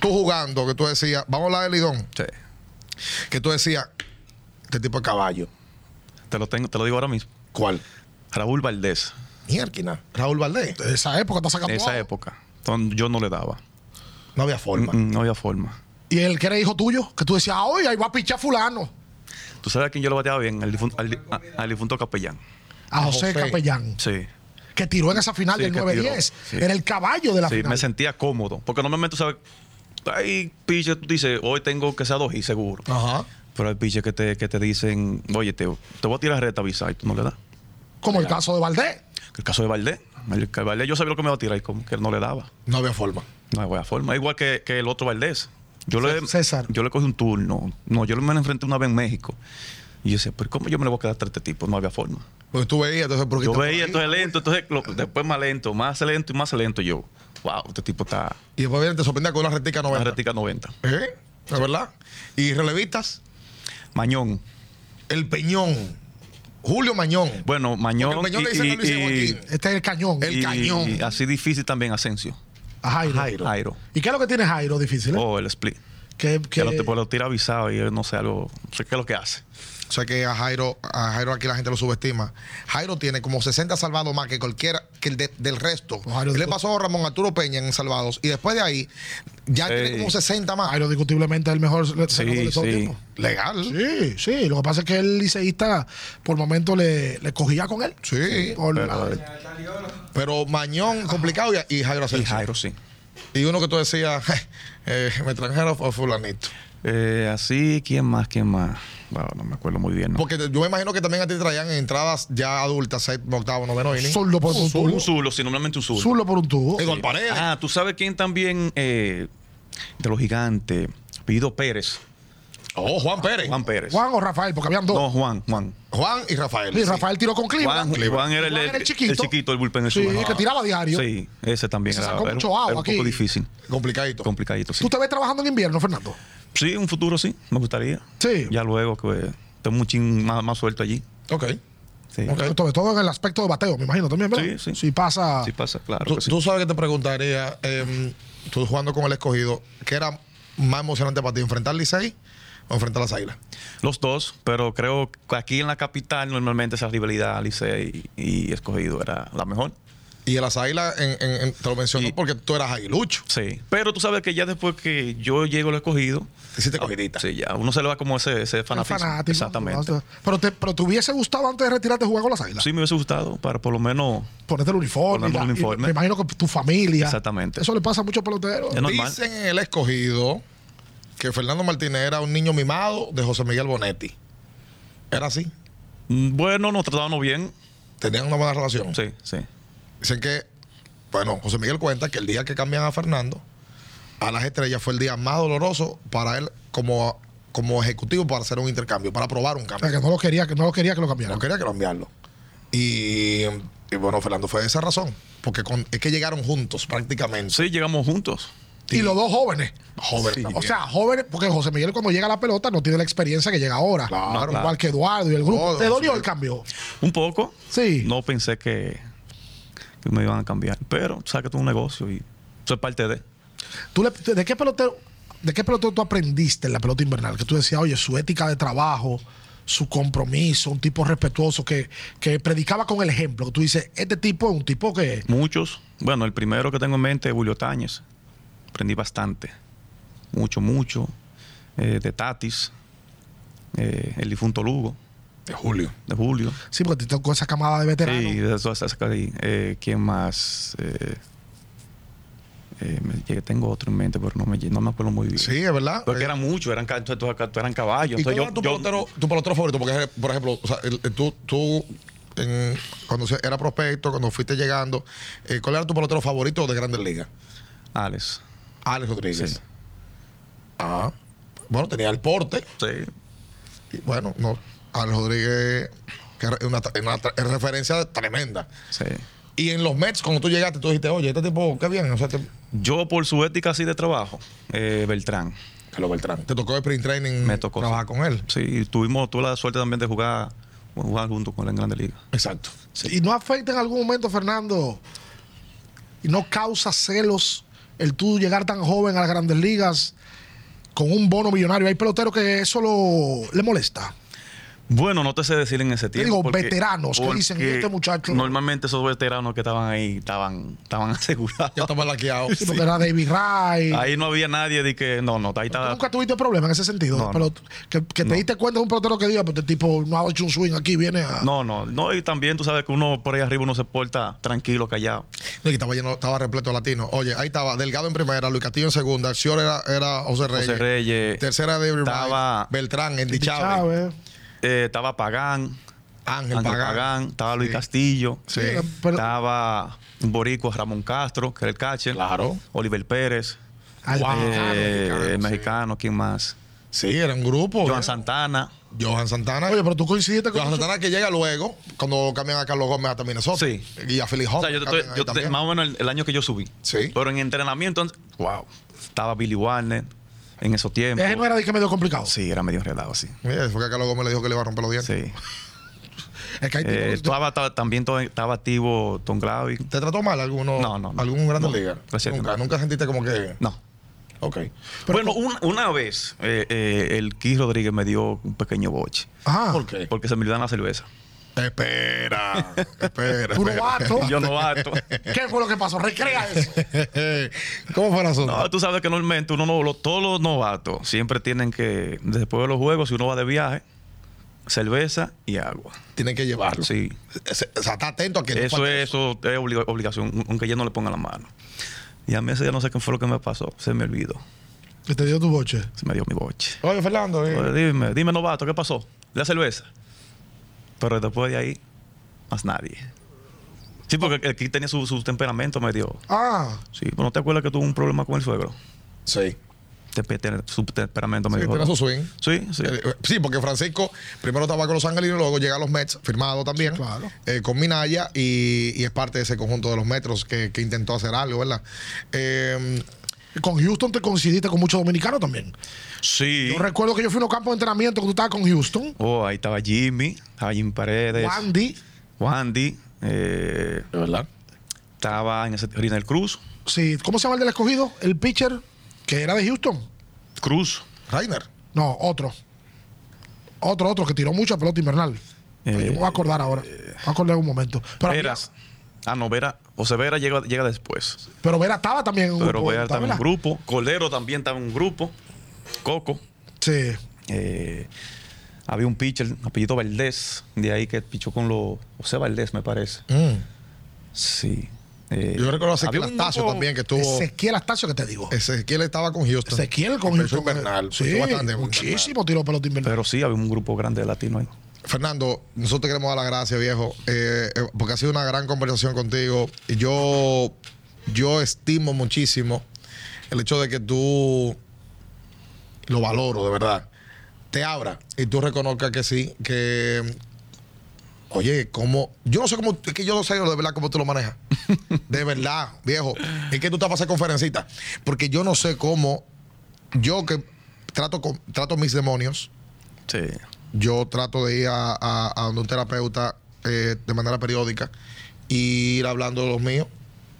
S3: tú jugando, que tú decías, vamos a hablar de Lidón,
S4: Sí.
S3: que tú decías, este tipo de caballo.
S4: Te lo tengo, te lo digo ahora mismo.
S3: ¿Cuál?
S4: Raúl Valdés,
S3: Mierquina. Raúl Valdés.
S1: de esa época está sacando.
S4: esa
S1: algo.
S4: época. Entonces, yo no le daba.
S3: No había forma.
S4: Mm, mm, No había forma.
S1: Y el que era hijo tuyo, que tú decías, ah, oye, ahí va a pichar Fulano.
S4: ¿Tú sabes a quién yo lo bateaba bien? Al difun- al di- a- al difunto capellán.
S1: A José,
S3: José.
S1: Capellán,
S4: Sí.
S1: que tiró en esa final
S4: Sí,
S1: del
S4: que
S1: 9-10.
S4: tiró, sí.
S1: Era el caballo de la
S4: Sí,
S1: final.
S4: me sentía cómodo. Porque normalmente, tú ¿sabes? Hay piches, tú dices, hoy tengo que ser dos y seguro.
S3: Ajá.
S4: Pero hay piches que te, que te dicen, oye, te, te voy a tirar recta, avisa, y tú no le das.
S1: Como el caso de Valdés.
S4: El caso de Valdés. El que Valdés yo sabía lo que me iba a tirar y como que él no le daba.
S3: No había forma.
S4: No hay buena forma. Igual que, que el otro Valdés. Yo le,
S1: César.
S4: yo le cogí un turno. No, yo me lo enfrenté una vez en México. Y yo decía, pero ¿cómo yo me le voy a quedar a este tipo? No había forma.
S3: Porque tú veías, entonces, porque
S4: Yo
S3: te-
S4: veía, entonces lento, entonces lo- después más lento, más lento y más lento. Y yo, wow, este tipo está
S3: Y después vienen, te sorprendía con una retica
S4: una
S3: 90.
S4: retica 90.
S3: ¿Eh? ¿Es verdad? Y relevistas,
S4: Mañón.
S3: el Peñón. Julio Mañón.
S4: Bueno,
S3: Porque
S4: Mañón.
S3: el Peñón le
S4: y-
S3: dicen a Luis
S4: y-
S3: Joaquín.
S1: Este es el cañón.
S3: El
S4: y-
S3: cañón.
S4: y así difícil también Asensio.
S1: A Jairo.
S4: Jairo.
S1: ¿Y qué es lo que tiene Jairo difícil? eh?
S4: O Oh, el split.
S1: que,
S4: Que
S1: que-
S4: lo, te, pues, lo tira avisado y él no sé algo. no sé qué es lo que hace.
S3: O sea que a Jairo, a Jairo aquí la gente lo subestima. Jairo tiene como 60 salvados más que cualquiera que el de- del resto.
S1: No, Jairo,
S3: Él le
S1: tú-
S3: pasó a Ramón Arturo Peña en salvados y después de ahí ya tiene
S4: Ey.
S3: como 60 más.
S1: Jairo discutiblemente es el mejor le- senador de todo
S4: sí.
S1: tiempo.
S3: Legal. Sí.
S1: Sí, sí. Lo que pasa es que el liceísta por momento le, le cogía con él. Por la-
S4: Pero-
S3: Pero Mañón complicado y, y Jairo
S4: y
S3: Asensio.
S4: Jairo sí.
S3: Y uno que tú decías, eh, me trajeron a fulanito.
S4: Eh, así, ¿quién más? ¿Quién más? Wow, no me acuerdo muy bien. ¿no?
S3: Porque te- yo me imagino que también a ti traían entradas ya adultas, séptimo, octavo, noveno inning.
S1: Zurdo por un
S4: Un
S1: tubo.
S4: zulo, sí, normalmente un zulo.
S1: Zurdo por un tubo.
S3: Igual paredes.
S4: Ah, tú sabes quién también eh, de los gigantes. Pido Pérez.
S3: Oh, Juan Pérez.
S4: Ah, Juan
S3: Juan,
S4: Pérez.
S1: Juan o Rafael, porque habían dos.
S4: No, Juan, Juan.
S3: y Rafael.
S1: y
S3: sí.
S1: Rafael tiró con
S4: Juan,
S1: Cleveland.
S4: Juan era el,
S1: Juan era el chiquito.
S4: el chiquito, el bullpen. el
S1: Sí,
S4: suyo.
S1: que tiraba diario.
S4: Sí, ese también
S1: Se
S4: era,
S1: sacó
S4: era un-
S1: mucho agua
S4: era un poco
S1: aquí.
S4: difícil,
S3: Complicadito.
S4: complicadito. Sí.
S1: ¿Tú te ves trabajando en invierno, Fernando?
S4: sí, un futuro sí, me gustaría.
S1: Sí.
S4: Ya luego que tengo un chin más, más suelto allí.
S3: ok.
S4: Sí.
S3: Ok.
S1: Sobre todo en el aspecto de bateo, me imagino también, ¿verdad?
S4: Sí, sí.
S1: Si pasa.
S4: Sí pasa, claro.
S3: Tú,
S4: que sí.
S3: tú sabes que te preguntaría, em, tú jugando con el escogido, ¿qué era más emocionante para ti, enfrentar al Licey o enfrentar a las Águilas?
S4: Los dos, pero creo que aquí en la capital normalmente esa rivalidad Licey y, y escogido era la mejor.
S3: Y el Azaila, en, en- en- te lo mencionó
S4: Y-
S3: porque tú eras aguilucho.
S4: Sí. Pero tú sabes que ya después que yo llego al escogido.
S3: Hiciste cogidita.
S4: Sí, ya. Uno se le va como ese, ese fanatismo.
S1: fanático.
S4: Exactamente.
S1: Pero te, pero te hubiese gustado antes de retirarte jugar con las águilas.
S4: Sí, me hubiese gustado para por lo menos.
S1: Ponerte el uniforme.
S4: Ponerme
S1: y la-
S4: el
S1: y
S4: uniforme.
S1: me imagino que tu familia.
S4: Exactamente.
S1: Eso le pasa a muchos peloteros.
S4: Es normal.
S3: Dicen en el escogido que Fernando Martínez era un niño mimado de José Miguel Bonetti. Era así.
S4: Mm, Bueno, nos tratábamos bien.
S3: Tenían una buena relación.
S4: Sí, sí.
S3: Dicen que, bueno, José Miguel cuenta que el día que cambian a Fernando a las estrellas fue el día más doloroso para él como, como ejecutivo para hacer un intercambio, para probar un
S1: O sea,
S3: cambio.
S1: que no lo quería, que no lo quería que lo cambiaran.
S3: No quería que cambiarlo. Y, y bueno, Fernando fue de esa razón, porque con- es que llegaron juntos prácticamente.
S4: Sí, llegamos juntos.
S1: Y los dos jóvenes.
S3: Joven también.
S1: O sea, jóvenes, porque José Miguel cuando llega a la pelota no tiene la experiencia que llega ahora.
S3: Claro,
S1: No,
S3: claro.
S1: Igual que Eduardo y el grupo. ¿Te
S3: No, José
S1: dolió el
S3: Miguel.
S1: cambio?
S4: Un poco.
S1: Sí.
S4: No pensé que, que me iban a cambiar. Pero, tú sabes que tú un negocio y eso es parte de.
S1: ¿Tú le- ¿De qué pelotero? ¿De qué pelotero tú aprendiste en la pelota invernal? Que tú decías, oye, su ética de trabajo, su compromiso, un tipo respetuoso que, que predicaba con el ejemplo. Que tú dices, este tipo es un tipo que.
S4: Muchos. Bueno, el primero que tengo en mente es Julio Táñez. Aprendí bastante. Mucho, mucho. Eh, de Tatis. Eh, el difunto Lugo.
S3: de Julio.
S4: De Julio.
S1: Sí, porque te tocó esa camada de veteranos.
S4: Sí, de todas esas cosas ahí. Eh, ¿Quién más? Eh, eh, me- que tengo otro en mente, pero no me, no me acuerdo muy bien.
S3: Sí, es verdad.
S4: Porque
S3: Eh,
S4: eran muchos, eran, ca- estos acá- eran caballos.
S3: ¿Y
S4: Entonces,
S3: cuál era tu, pelotero, tu pelotero favorito? Porque, por ejemplo, o sea, el- el- tú, tú en- cuando se- era prospecto, cuando fuiste llegando, eh, ¿cuál era tu pelotero favorito de Grandes Ligas?
S4: Alex.
S3: Alex Rodríguez.
S4: Sí.
S3: Ah, bueno, tenía el porte.
S4: Sí.
S3: Y bueno, no. Alex Rodríguez, que es una, una tra- es referencia tremenda.
S4: sí.
S3: Y en los Mets, cuando tú llegaste, tú dijiste, oye, este tipo, qué bien. O sea, te,
S4: Yo, por su ética así de trabajo, eh, Beltrán.
S3: Carlos Beltrán. Te tocó el sprint training
S4: Me tocó,
S3: trabajar con él.
S4: Sí, y tuvimos, tuve la suerte también de jugar, jugar junto con él en Grande Liga.
S3: Exacto.
S1: Y no afecta en algún momento, Fernando. Y no causa celos el tú llegar tan joven a las grandes ligas con un bono millonario. Hay peloteros que eso lo, le molesta.
S4: Bueno, no te sé decir en ese tiempo.
S1: digo, veteranos que dicen,
S4: porque
S1: "Y este muchacho".
S4: Normalmente esos veteranos que estaban ahí estaban, estaban asegurados.
S3: Ya estaba laqueado.
S1: Sí, Porque era David Wright.
S4: Ahí no había nadie de que, no, no, ahí
S1: ¿Tú
S4: estaba.
S1: nunca tuviste problema en ese sentido.
S4: No,
S1: Pero que, que te diste cuenta de un pelotero que diga, pues este tipo no ha hecho un swing aquí, viene a.
S4: No, no, no, y también tú sabes que uno por ahí arriba uno se porta tranquilo, callado.
S3: No, y que estaba lleno, estaba repleto de latinos. Oye, ahí estaba Delgado en primera, Luis Castillo en segunda, Sior era, era José Reyes.
S4: José Reyes.
S3: Tercera de
S4: Estaba-
S3: Beltrán, Andy
S1: Andy
S3: Chávez,
S1: Chávez.
S4: Eh, estaba Pagán,
S3: Ángel,
S4: Ángel
S3: Pagán.
S4: Pagán, estaba Luis Castillo,
S3: Sí.
S1: Mira, pero-
S4: estaba un Boricua Ramón Castro, que era el catcher.
S3: Claro.
S4: Oliver Pérez.
S1: Al mexicano,
S4: eh,
S3: mexicano, sí.
S4: el mexicano, ¿quién más?
S3: Sí, era un grupo.
S4: Joan
S3: ¿eh?
S4: Santana.
S3: Johan Santana.
S1: Oye, pero tú coincidiste con.
S3: Johan Santana que llega luego, cuando cambian a Carlos Gómez hasta Minnesota.
S4: Sí.
S3: Y a Philly
S4: O
S3: Hopper.
S4: sea, yo, te-
S3: cambian ahí
S4: yo te-
S3: también.
S4: más o menos el, el año que yo subí.
S3: Sí.
S4: Pero en entrenamiento, entonces, wow, estaba Billy Warner en esos tiempos.
S1: Ese no era de que medio complicado.
S4: Sí, era medio enredado, sí.
S3: Mira, fue que a Carlos Gómez le dijo que le iba a romper los dientes.
S4: Sí.
S1: Es que hay tipos
S4: Eh,
S1: que-
S4: estaba, ta- también to- estaba activo Tom Glavin.
S3: ¿Te trató mal alguno?
S4: No, no, no.
S3: ¿Algún grande
S4: No,
S3: liga?
S4: gracias,
S3: Nunca,
S4: no.
S3: nunca sentiste como que.
S4: No.
S3: Ok.
S4: bueno, una, una vez eh, eh, el Kis Rodríguez me dio un pequeño boche.
S1: Ajá.
S3: ¿Por qué?
S4: Porque se me olvidó la cerveza.
S3: Espera. espera.
S1: Puro
S3: espera.
S1: vato.
S4: Yo no harto.
S1: ¿Qué fue lo que pasó? Recrea eso.
S3: ¿Cómo fue el asunto?
S4: No, tú sabes que normalmente uno no, lo- todos los novatos siempre tienen que, después de los juegos, si uno va de viaje, cerveza y agua.
S3: Tienen que llevarlo.
S4: Sí.
S3: Ese- O sea, está atento a que no
S4: Eso
S3: falte
S4: es, eso es obliga- obligación, aunque ya no le ponga la mano. Y a mí ese día no sé qué fue lo que me pasó. Se me olvidó.
S1: Que te dio tu boche.
S4: Se me dio mi boche.
S3: Oye, Fernando, eh,
S4: Oye, dime, dime, novato, ¿qué pasó? La cerveza. Pero después de ahí, más nadie. Sí, porque el que tenía su, su temperamento medio.
S1: Ah.
S4: Sí, pero ¿no te acuerdas que tuvo un problema con el suegro?
S3: sí.
S4: Te- te- Su temperamento
S3: Sí,
S4: medio.
S3: tiene su swing.
S4: Sí, sí.
S3: Eh, eh, Sí, porque Francisco primero estaba con Los Angelinos, luego llega a los Mets, firmado también,
S1: Sí, claro.
S3: eh, con Minaya, y, y es parte de ese conjunto de los metros que, que intentó hacer algo, ¿verdad? Eh,
S1: Y Con Houston te coincidiste con muchos dominicanos también.
S4: Sí.
S1: Yo recuerdo que yo fui a unos campos de entrenamiento cuando tú estabas con Houston.
S4: Oh, ahí estaba Jimmy, estaba Jimmy Paredes,
S1: Wandy.
S4: Wandy, eh,
S3: ¿Verdad?
S4: estaba en ese Rinel Cruz,
S1: Sí. ¿Cómo se llama el del escogido? El pitcher que era de Houston.
S4: Cruz,
S3: Rainer.
S1: No, otro. Otro, otro que tiró mucha pelota invernal. Pero
S4: Eh,
S1: yo me voy a acordar ahora. Me voy a acordar en un momento. Pero había-
S4: Eras. Ah, no, Vera. José Vera llega, llega después.
S1: Pero Vera estaba también en un
S4: Pero
S1: grupo.
S4: Vera estaba en un
S1: ¿verdad?
S4: grupo. Colero también estaba en un grupo. Coco.
S1: Sí.
S4: Eh, había un pitcher, apellido Valdés, de ahí que pichó con los. José Valdés, me parece.
S3: Mm.
S4: Sí. Eh,
S3: Yo recuerdo a
S4: había
S3: Ezequiel
S4: un
S3: Astacio
S4: grupo-
S3: también que estuvo.
S1: Ezequiel Astacio, que te digo.
S3: Ezequiel estaba con Houston.
S1: Ezequiel con
S3: Comenzó invernal.
S1: Sí,
S3: Comenzó bastante invernal.
S1: muchísimo tiro pelota invernal.
S4: Pero sí, había un grupo grande de latinos ahí.
S3: Fernando, nosotros te queremos dar las gracias, viejo, eh, eh, porque ha sido una gran conversación contigo. Y Yo, yo estimo muchísimo el hecho de que tú lo valoro, de verdad. Te abra y tú reconozcas que sí, que. Oye, como. Yo no sé cómo. Es que yo no sé de verdad cómo tú lo manejas. De verdad, viejo. Es que tú estás para hacer conferencita. Porque yo no sé cómo. Yo que trato, con- trato mis demonios
S4: Sí.
S3: yo trato de ir a, a- a donde un terapeuta eh, de manera periódica y ir hablando de los míos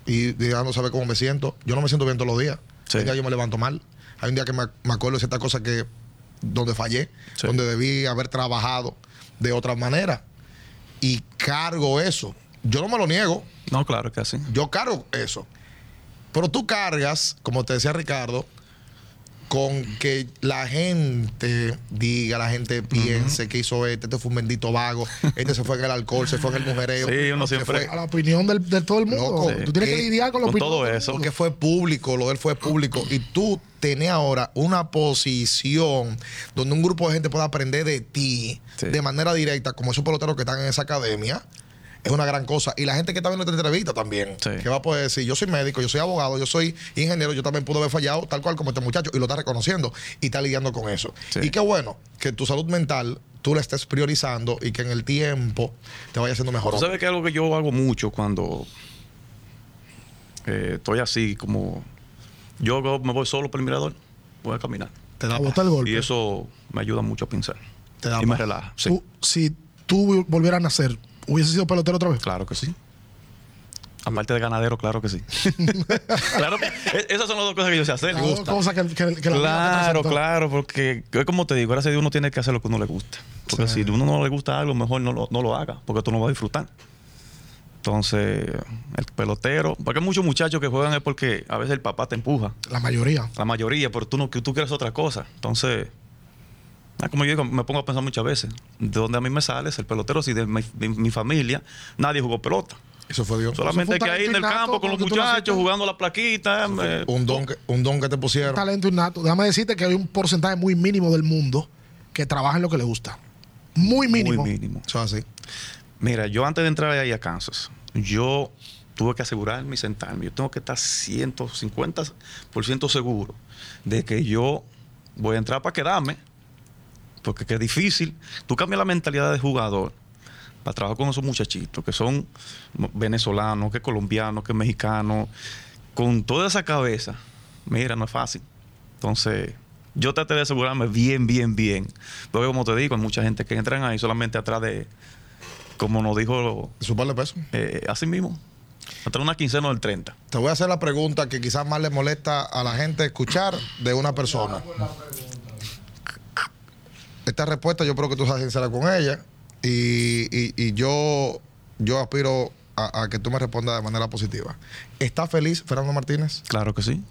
S3: y dejando saber cómo me siento. Yo no me siento bien todos los días.
S4: Sí.
S3: Hay días yo me levanto mal. Hay un día que me, me acuerdo de ciertas cosas que donde fallé,
S4: Sí.
S3: donde debí haber trabajado de otra manera. Y cargo eso. Yo no me lo niego.
S4: No, claro que sí.
S3: Yo cargo eso. Pero tú cargas, como te decía Ricardo, con que la gente diga, la gente piense que hizo este, este fue un bendito vago, este se fue en el alcohol, se fue en el mujereo.
S4: Sí, uno
S3: se
S4: siempre-
S3: fue-
S1: a la opinión del- de todo el mundo.
S3: Loco,
S1: Tú tienes que
S3: ¿qué?
S1: lidiar con la
S4: Con
S1: opinión.
S4: todo
S1: del
S4: eso.
S1: mundo.
S3: porque fue público, lo de él fue público. Y tú tenés ahora una posición donde un grupo de gente pueda aprender de ti
S4: Sí.
S3: de manera directa, como esos peloteros que están en esa academia. Es una gran cosa. Y la gente que está viendo esta entrevista también,
S4: Sí.
S3: que va a poder decir, yo soy médico, yo soy abogado, yo soy ingeniero, yo también pude haber fallado, tal cual como este muchacho, y lo está reconociendo y está lidiando con eso.
S4: Sí.
S3: Y qué bueno que tu salud mental tú la estés priorizando y que en el tiempo te vaya haciendo mejor.
S4: Tú sabes que algo que yo hago mucho cuando eh, estoy así, como yo go- me voy solo por el mirador, voy a caminar.
S3: Te da
S1: A botar el golpe.
S4: Y eso me ayuda mucho a pensar.
S3: Te da Uh.
S4: y me
S3: paz.
S4: relaja. Sí.
S1: Tú, si tú volvieras a nacer, ¿hubiese sido pelotero otra vez?
S4: Claro que sí. Aparte de ganadero, claro que sí. claro, que- e- esas son las dos cosas que yo sé hacer.
S1: Las dos cosas que, que- que la vida te
S4: Claro,
S1: presentó.
S4: claro, porque es como te digo, gracias a Dios uno tiene que hacer lo que uno le gusta. Porque si uno no le gusta algo, mejor no lo, no lo haga, porque tú no vas a disfrutar. Entonces, el pelotero, porque hay muchos muchachos que juegan es porque a veces el papá te empuja,
S1: La mayoría.
S4: la mayoría, pero tú no, que tú quieres otra cosa. Entonces, ah, como yo digo, me pongo a pensar muchas veces, de donde a mí me sale es el pelotero, si de mi, de mi familia nadie jugó pelota.
S3: Eso fue Dios.
S4: Solamente
S1: un
S4: que ahí en el
S1: talento
S4: campo con los
S1: innato, porque tú naciste-
S4: muchachos jugando la plaquita. eh,
S3: Un don que, un don que te pusieron.
S1: talento innato. Déjame decirte que hay un porcentaje muy mínimo del mundo que trabaja en lo que le gusta. Muy mínimo.
S4: Muy mínimo.
S3: Eso es así.
S4: Mira, yo antes de entrar ahí a Kansas, yo tuve que asegurarme y sentarme. Yo tengo que estar 150% seguro de que yo voy a entrar para quedarme, porque que es difícil. Tú cambias la mentalidad de jugador para trabajar con esos muchachitos que son venezolanos, que colombianos, que mexicanos, con toda esa cabeza. Mira, no es fácil. Entonces, yo traté de asegurarme bien, bien, bien. Porque como te digo, hay mucha gente que entran ahí solamente atrás de, como nos dijo
S3: Su par de pesos.
S4: eh, así mismo, atrás de una quincena del 30.
S3: Te voy a hacer la pregunta que quizás más le molesta a la gente escuchar de una persona. Esta respuesta yo creo que tú seas sincera con ella y, y- y yo, yo aspiro a, a que tú me respondas de manera positiva. ¿Está feliz Fernando Martínez?
S4: Claro que sí.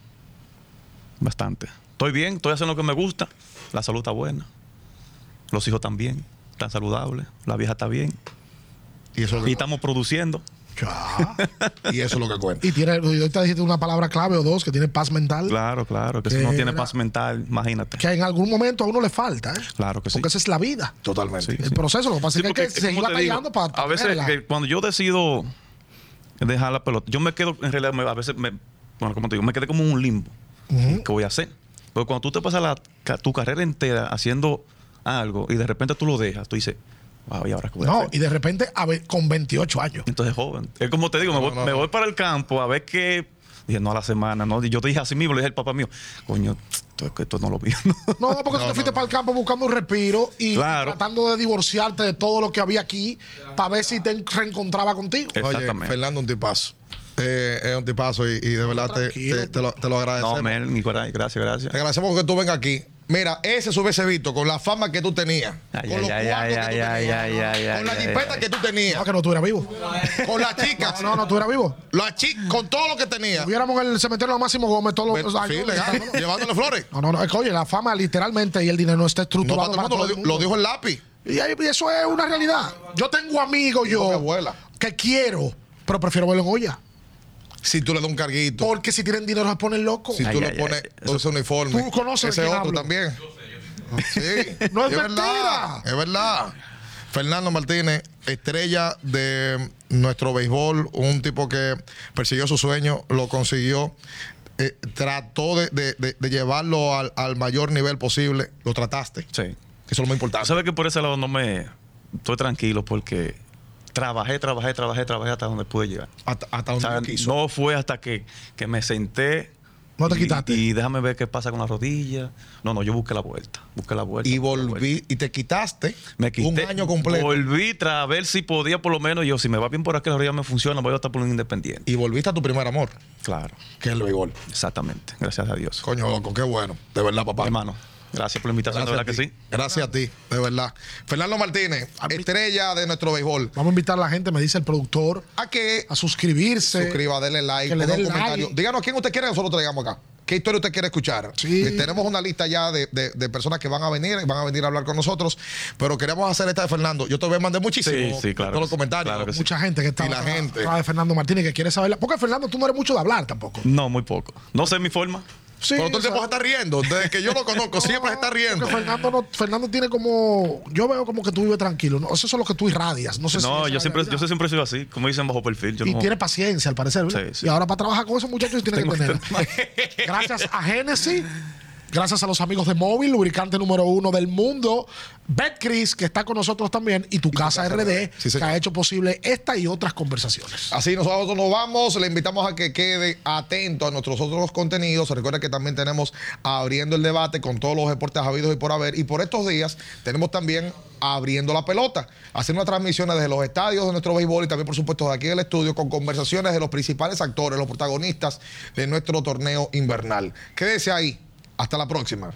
S4: Bastante. Estoy bien, estoy haciendo lo que me gusta. La salud está buena. Los hijos también, están saludables. La vieja está bien.
S3: Y eso, es lo
S4: Y
S3: que-
S4: estamos produciendo.
S1: Ya.
S3: y eso es lo que cuenta.
S1: y tiene, y ahorita dijiste una palabra clave o dos que tiene paz mental.
S4: Claro, claro. Que si no
S1: Eh,
S4: tiene
S1: mira.
S4: paz mental, imagínate.
S1: Que en algún momento a uno le falta. ¿eh?
S4: Claro que sí.
S1: Porque esa es la vida.
S3: Totalmente.
S4: Sí.
S1: El proceso. Lo que pasa
S4: Sí,
S1: es que
S4: porque
S1: hay que
S4: es como
S1: seguir
S4: te digo,
S1: batallando para.
S4: A veces,
S1: tenerla.
S4: que cuando yo decido dejar la pelota, yo me quedo, en realidad, me- a veces, me, bueno, como te digo, me quedé como en un limbo. ¿Qué voy a hacer? Porque cuando tú te pasas la ca- tu carrera entera haciendo algo y de repente tú lo dejas, tú dices, wow, ¿y ahora qué voy a
S1: No,
S4: hacer?
S1: y de repente, a ver, con 28 años.
S4: Entonces, joven, es como te digo, me, voy, me voy para el campo a ver qué. Dije, no a la semana, no. Yo te dije así mismo, le dije al papá mío, coño, esto, esto no lo vi. ¿no?
S1: No, porque tú te fuiste para el campo buscando un respiro y
S4: Claro.
S1: tratando de divorciarte de todo lo que había aquí para ver si te en- reencontraba contigo.
S4: Eh.
S3: Oye,
S4: Exactamente.
S3: Fernando, un tipazo. Eh, es un tipazo y, y de verdad te,
S1: Tranquilo.
S3: te- te lo, te lo
S4: No,
S3: agradecemos.
S4: Mel, ni- gracias,
S3: Te
S4: gracias.
S3: agradecemos que tú vengas aquí Mira, ese se hubiese visto con la fama que tú tenías,
S8: Ay,
S3: con
S8: ay,
S3: los
S8: ay,
S3: cuartos
S8: ay,
S3: que tú
S8: ay,
S3: tenías,
S8: ay, ay, ay,
S3: con la
S8: ay,
S3: jipeta
S8: ay.
S3: que tú tenías,
S1: No, que no estuviera vivo.
S3: con las chicas,
S1: No, no, tú eras vivo.
S3: las chicas, con todo lo que tenías.
S1: Hubiéramos en el cementerio de Máximo Gómez todos los
S3: Pero,
S1: años.
S3: sí, legal, llevándole flores.
S1: No, no, no. Es que, oye, la fama literalmente y el dinero no está
S3: No
S1: estructurado
S3: para todo el
S1: para
S3: mundo,
S1: todo
S3: lo,
S1: el
S3: di-
S1: mundo.
S3: lo dijo el lápiz.
S1: Y ahí- y eso es una realidad. Yo tengo amigos yo
S3: mi abuela.
S1: que quiero, pero prefiero verlo en olla.
S3: Si tú le das un carguito,
S1: Porque si tienen dinero se ponen locos.
S3: si tú
S8: Ay,
S3: le
S8: ay,
S3: pones
S8: ay,
S3: ese uniforme,
S1: Tú conoces
S3: ese
S1: de quién
S3: otro
S1: hablo.
S3: también. Ah, Sí,
S1: No es mentira.
S3: verdad, es verdad. Fernando Martínez, estrella de nuestro béisbol, un tipo que persiguió su sueño, lo consiguió, eh, trató de, de- de- de llevarlo al, al mayor nivel posible, lo trataste.
S4: Sí.
S3: Eso es lo más importante.
S4: ¿Sabes que por ese lado no me. Estoy tranquilo porque trabajé, trabajé, trabajé, trabajé hasta donde pude llegar.
S3: Hasta, hasta
S4: O
S3: donde
S4: sea,
S3: lo quiso.
S4: no fue hasta que, que me senté.
S1: No te
S4: y-
S1: quitaste.
S4: Y déjame ver qué pasa con la rodilla. No, no, yo busqué la vuelta. Busqué la vuelta.
S3: y
S4: busqué la vuelta.
S3: volví, y te quitaste
S4: Me quité.
S3: un año completo.
S4: Volví tras ver si podía, por lo menos. Yo, si me va bien por aquí, la rodilla me funciona, voy a estar por un independiente.
S3: y volviste a tu primer amor,
S4: Claro,
S3: que es el béisbol.
S4: exactamente. Gracias a Dios.
S3: Coño, loco, qué bueno. De verdad, papá.
S4: Hermano, gracias por la invitación, de
S3: Gracias
S4: verdad
S3: a,
S4: que sí.
S3: ti. Gracias a ti, de verdad. Fernando Martínez, estrella de nuestro béisbol.
S1: Vamos a invitar a la gente, me dice el productor,
S3: A que
S1: a suscribirse.
S3: suscriba, denle like,
S1: que le
S3: ponga
S1: dé
S3: un comentario.
S1: like.
S3: Díganos quién usted quiere que nosotros traigamos acá. ¿Qué historia usted quiere escuchar?
S1: Sí.
S3: Eh, Tenemos una lista ya de, de- de personas que van a venir, van a venir a hablar con nosotros, pero queremos hacer esta de Fernando. Yo todavía mandé muchísimo
S4: Sí, sí, claro
S3: todos los
S4: que sí,
S3: comentarios.
S4: claro que sí.
S1: Mucha gente que está
S3: Y la
S1: atrás-
S3: gente.
S1: atrás de Fernando Martínez que quiere saberla. Porque Fernando, tú no eres mucho de hablar tampoco.
S4: No, muy poco. No sé mi forma.
S1: Sí,
S3: pero todo el
S1: o sea,
S3: tiempo se está riendo. Desde que yo lo conozco, siempre se está riendo.
S1: porque Fernando, no- Fernando tiene como. Yo veo como que tú vives tranquilo. ¿no? Eso es lo que tú irradias. No sé si
S4: No,
S1: esa
S4: yo
S1: es
S4: siempre,
S1: la
S4: yo
S1: realidad.
S4: siempre he sido así, como dicen bajo perfil. Yo
S1: Y
S4: no-
S1: tiene paciencia, al parecer. ¿verdad?
S4: Sí, sí.
S1: Y ahora para trabajar con esos muchachos tiene que tener. gracias a Genesis, gracias a los amigos de Móvil, lubricante número uno del mundo, BetCris, que está con nosotros también, y tu, casa, RD,
S3: Sí,
S1: que
S3: señor.
S1: ha hecho posible esta y otras conversaciones.
S3: Así nosotros nos vamos, le invitamos a que quede atento a nuestros otros contenidos. Recuerda que también tenemos abriendo el debate con todos los deportes habidos y por haber. Y por estos días tenemos también abriendo la pelota, haciendo unas transmisiones desde los estadios de nuestro béisbol y también, por supuesto, de aquí del estudio con conversaciones de los principales actores, los protagonistas de nuestro torneo invernal. Quédese ahí. Hasta la próxima.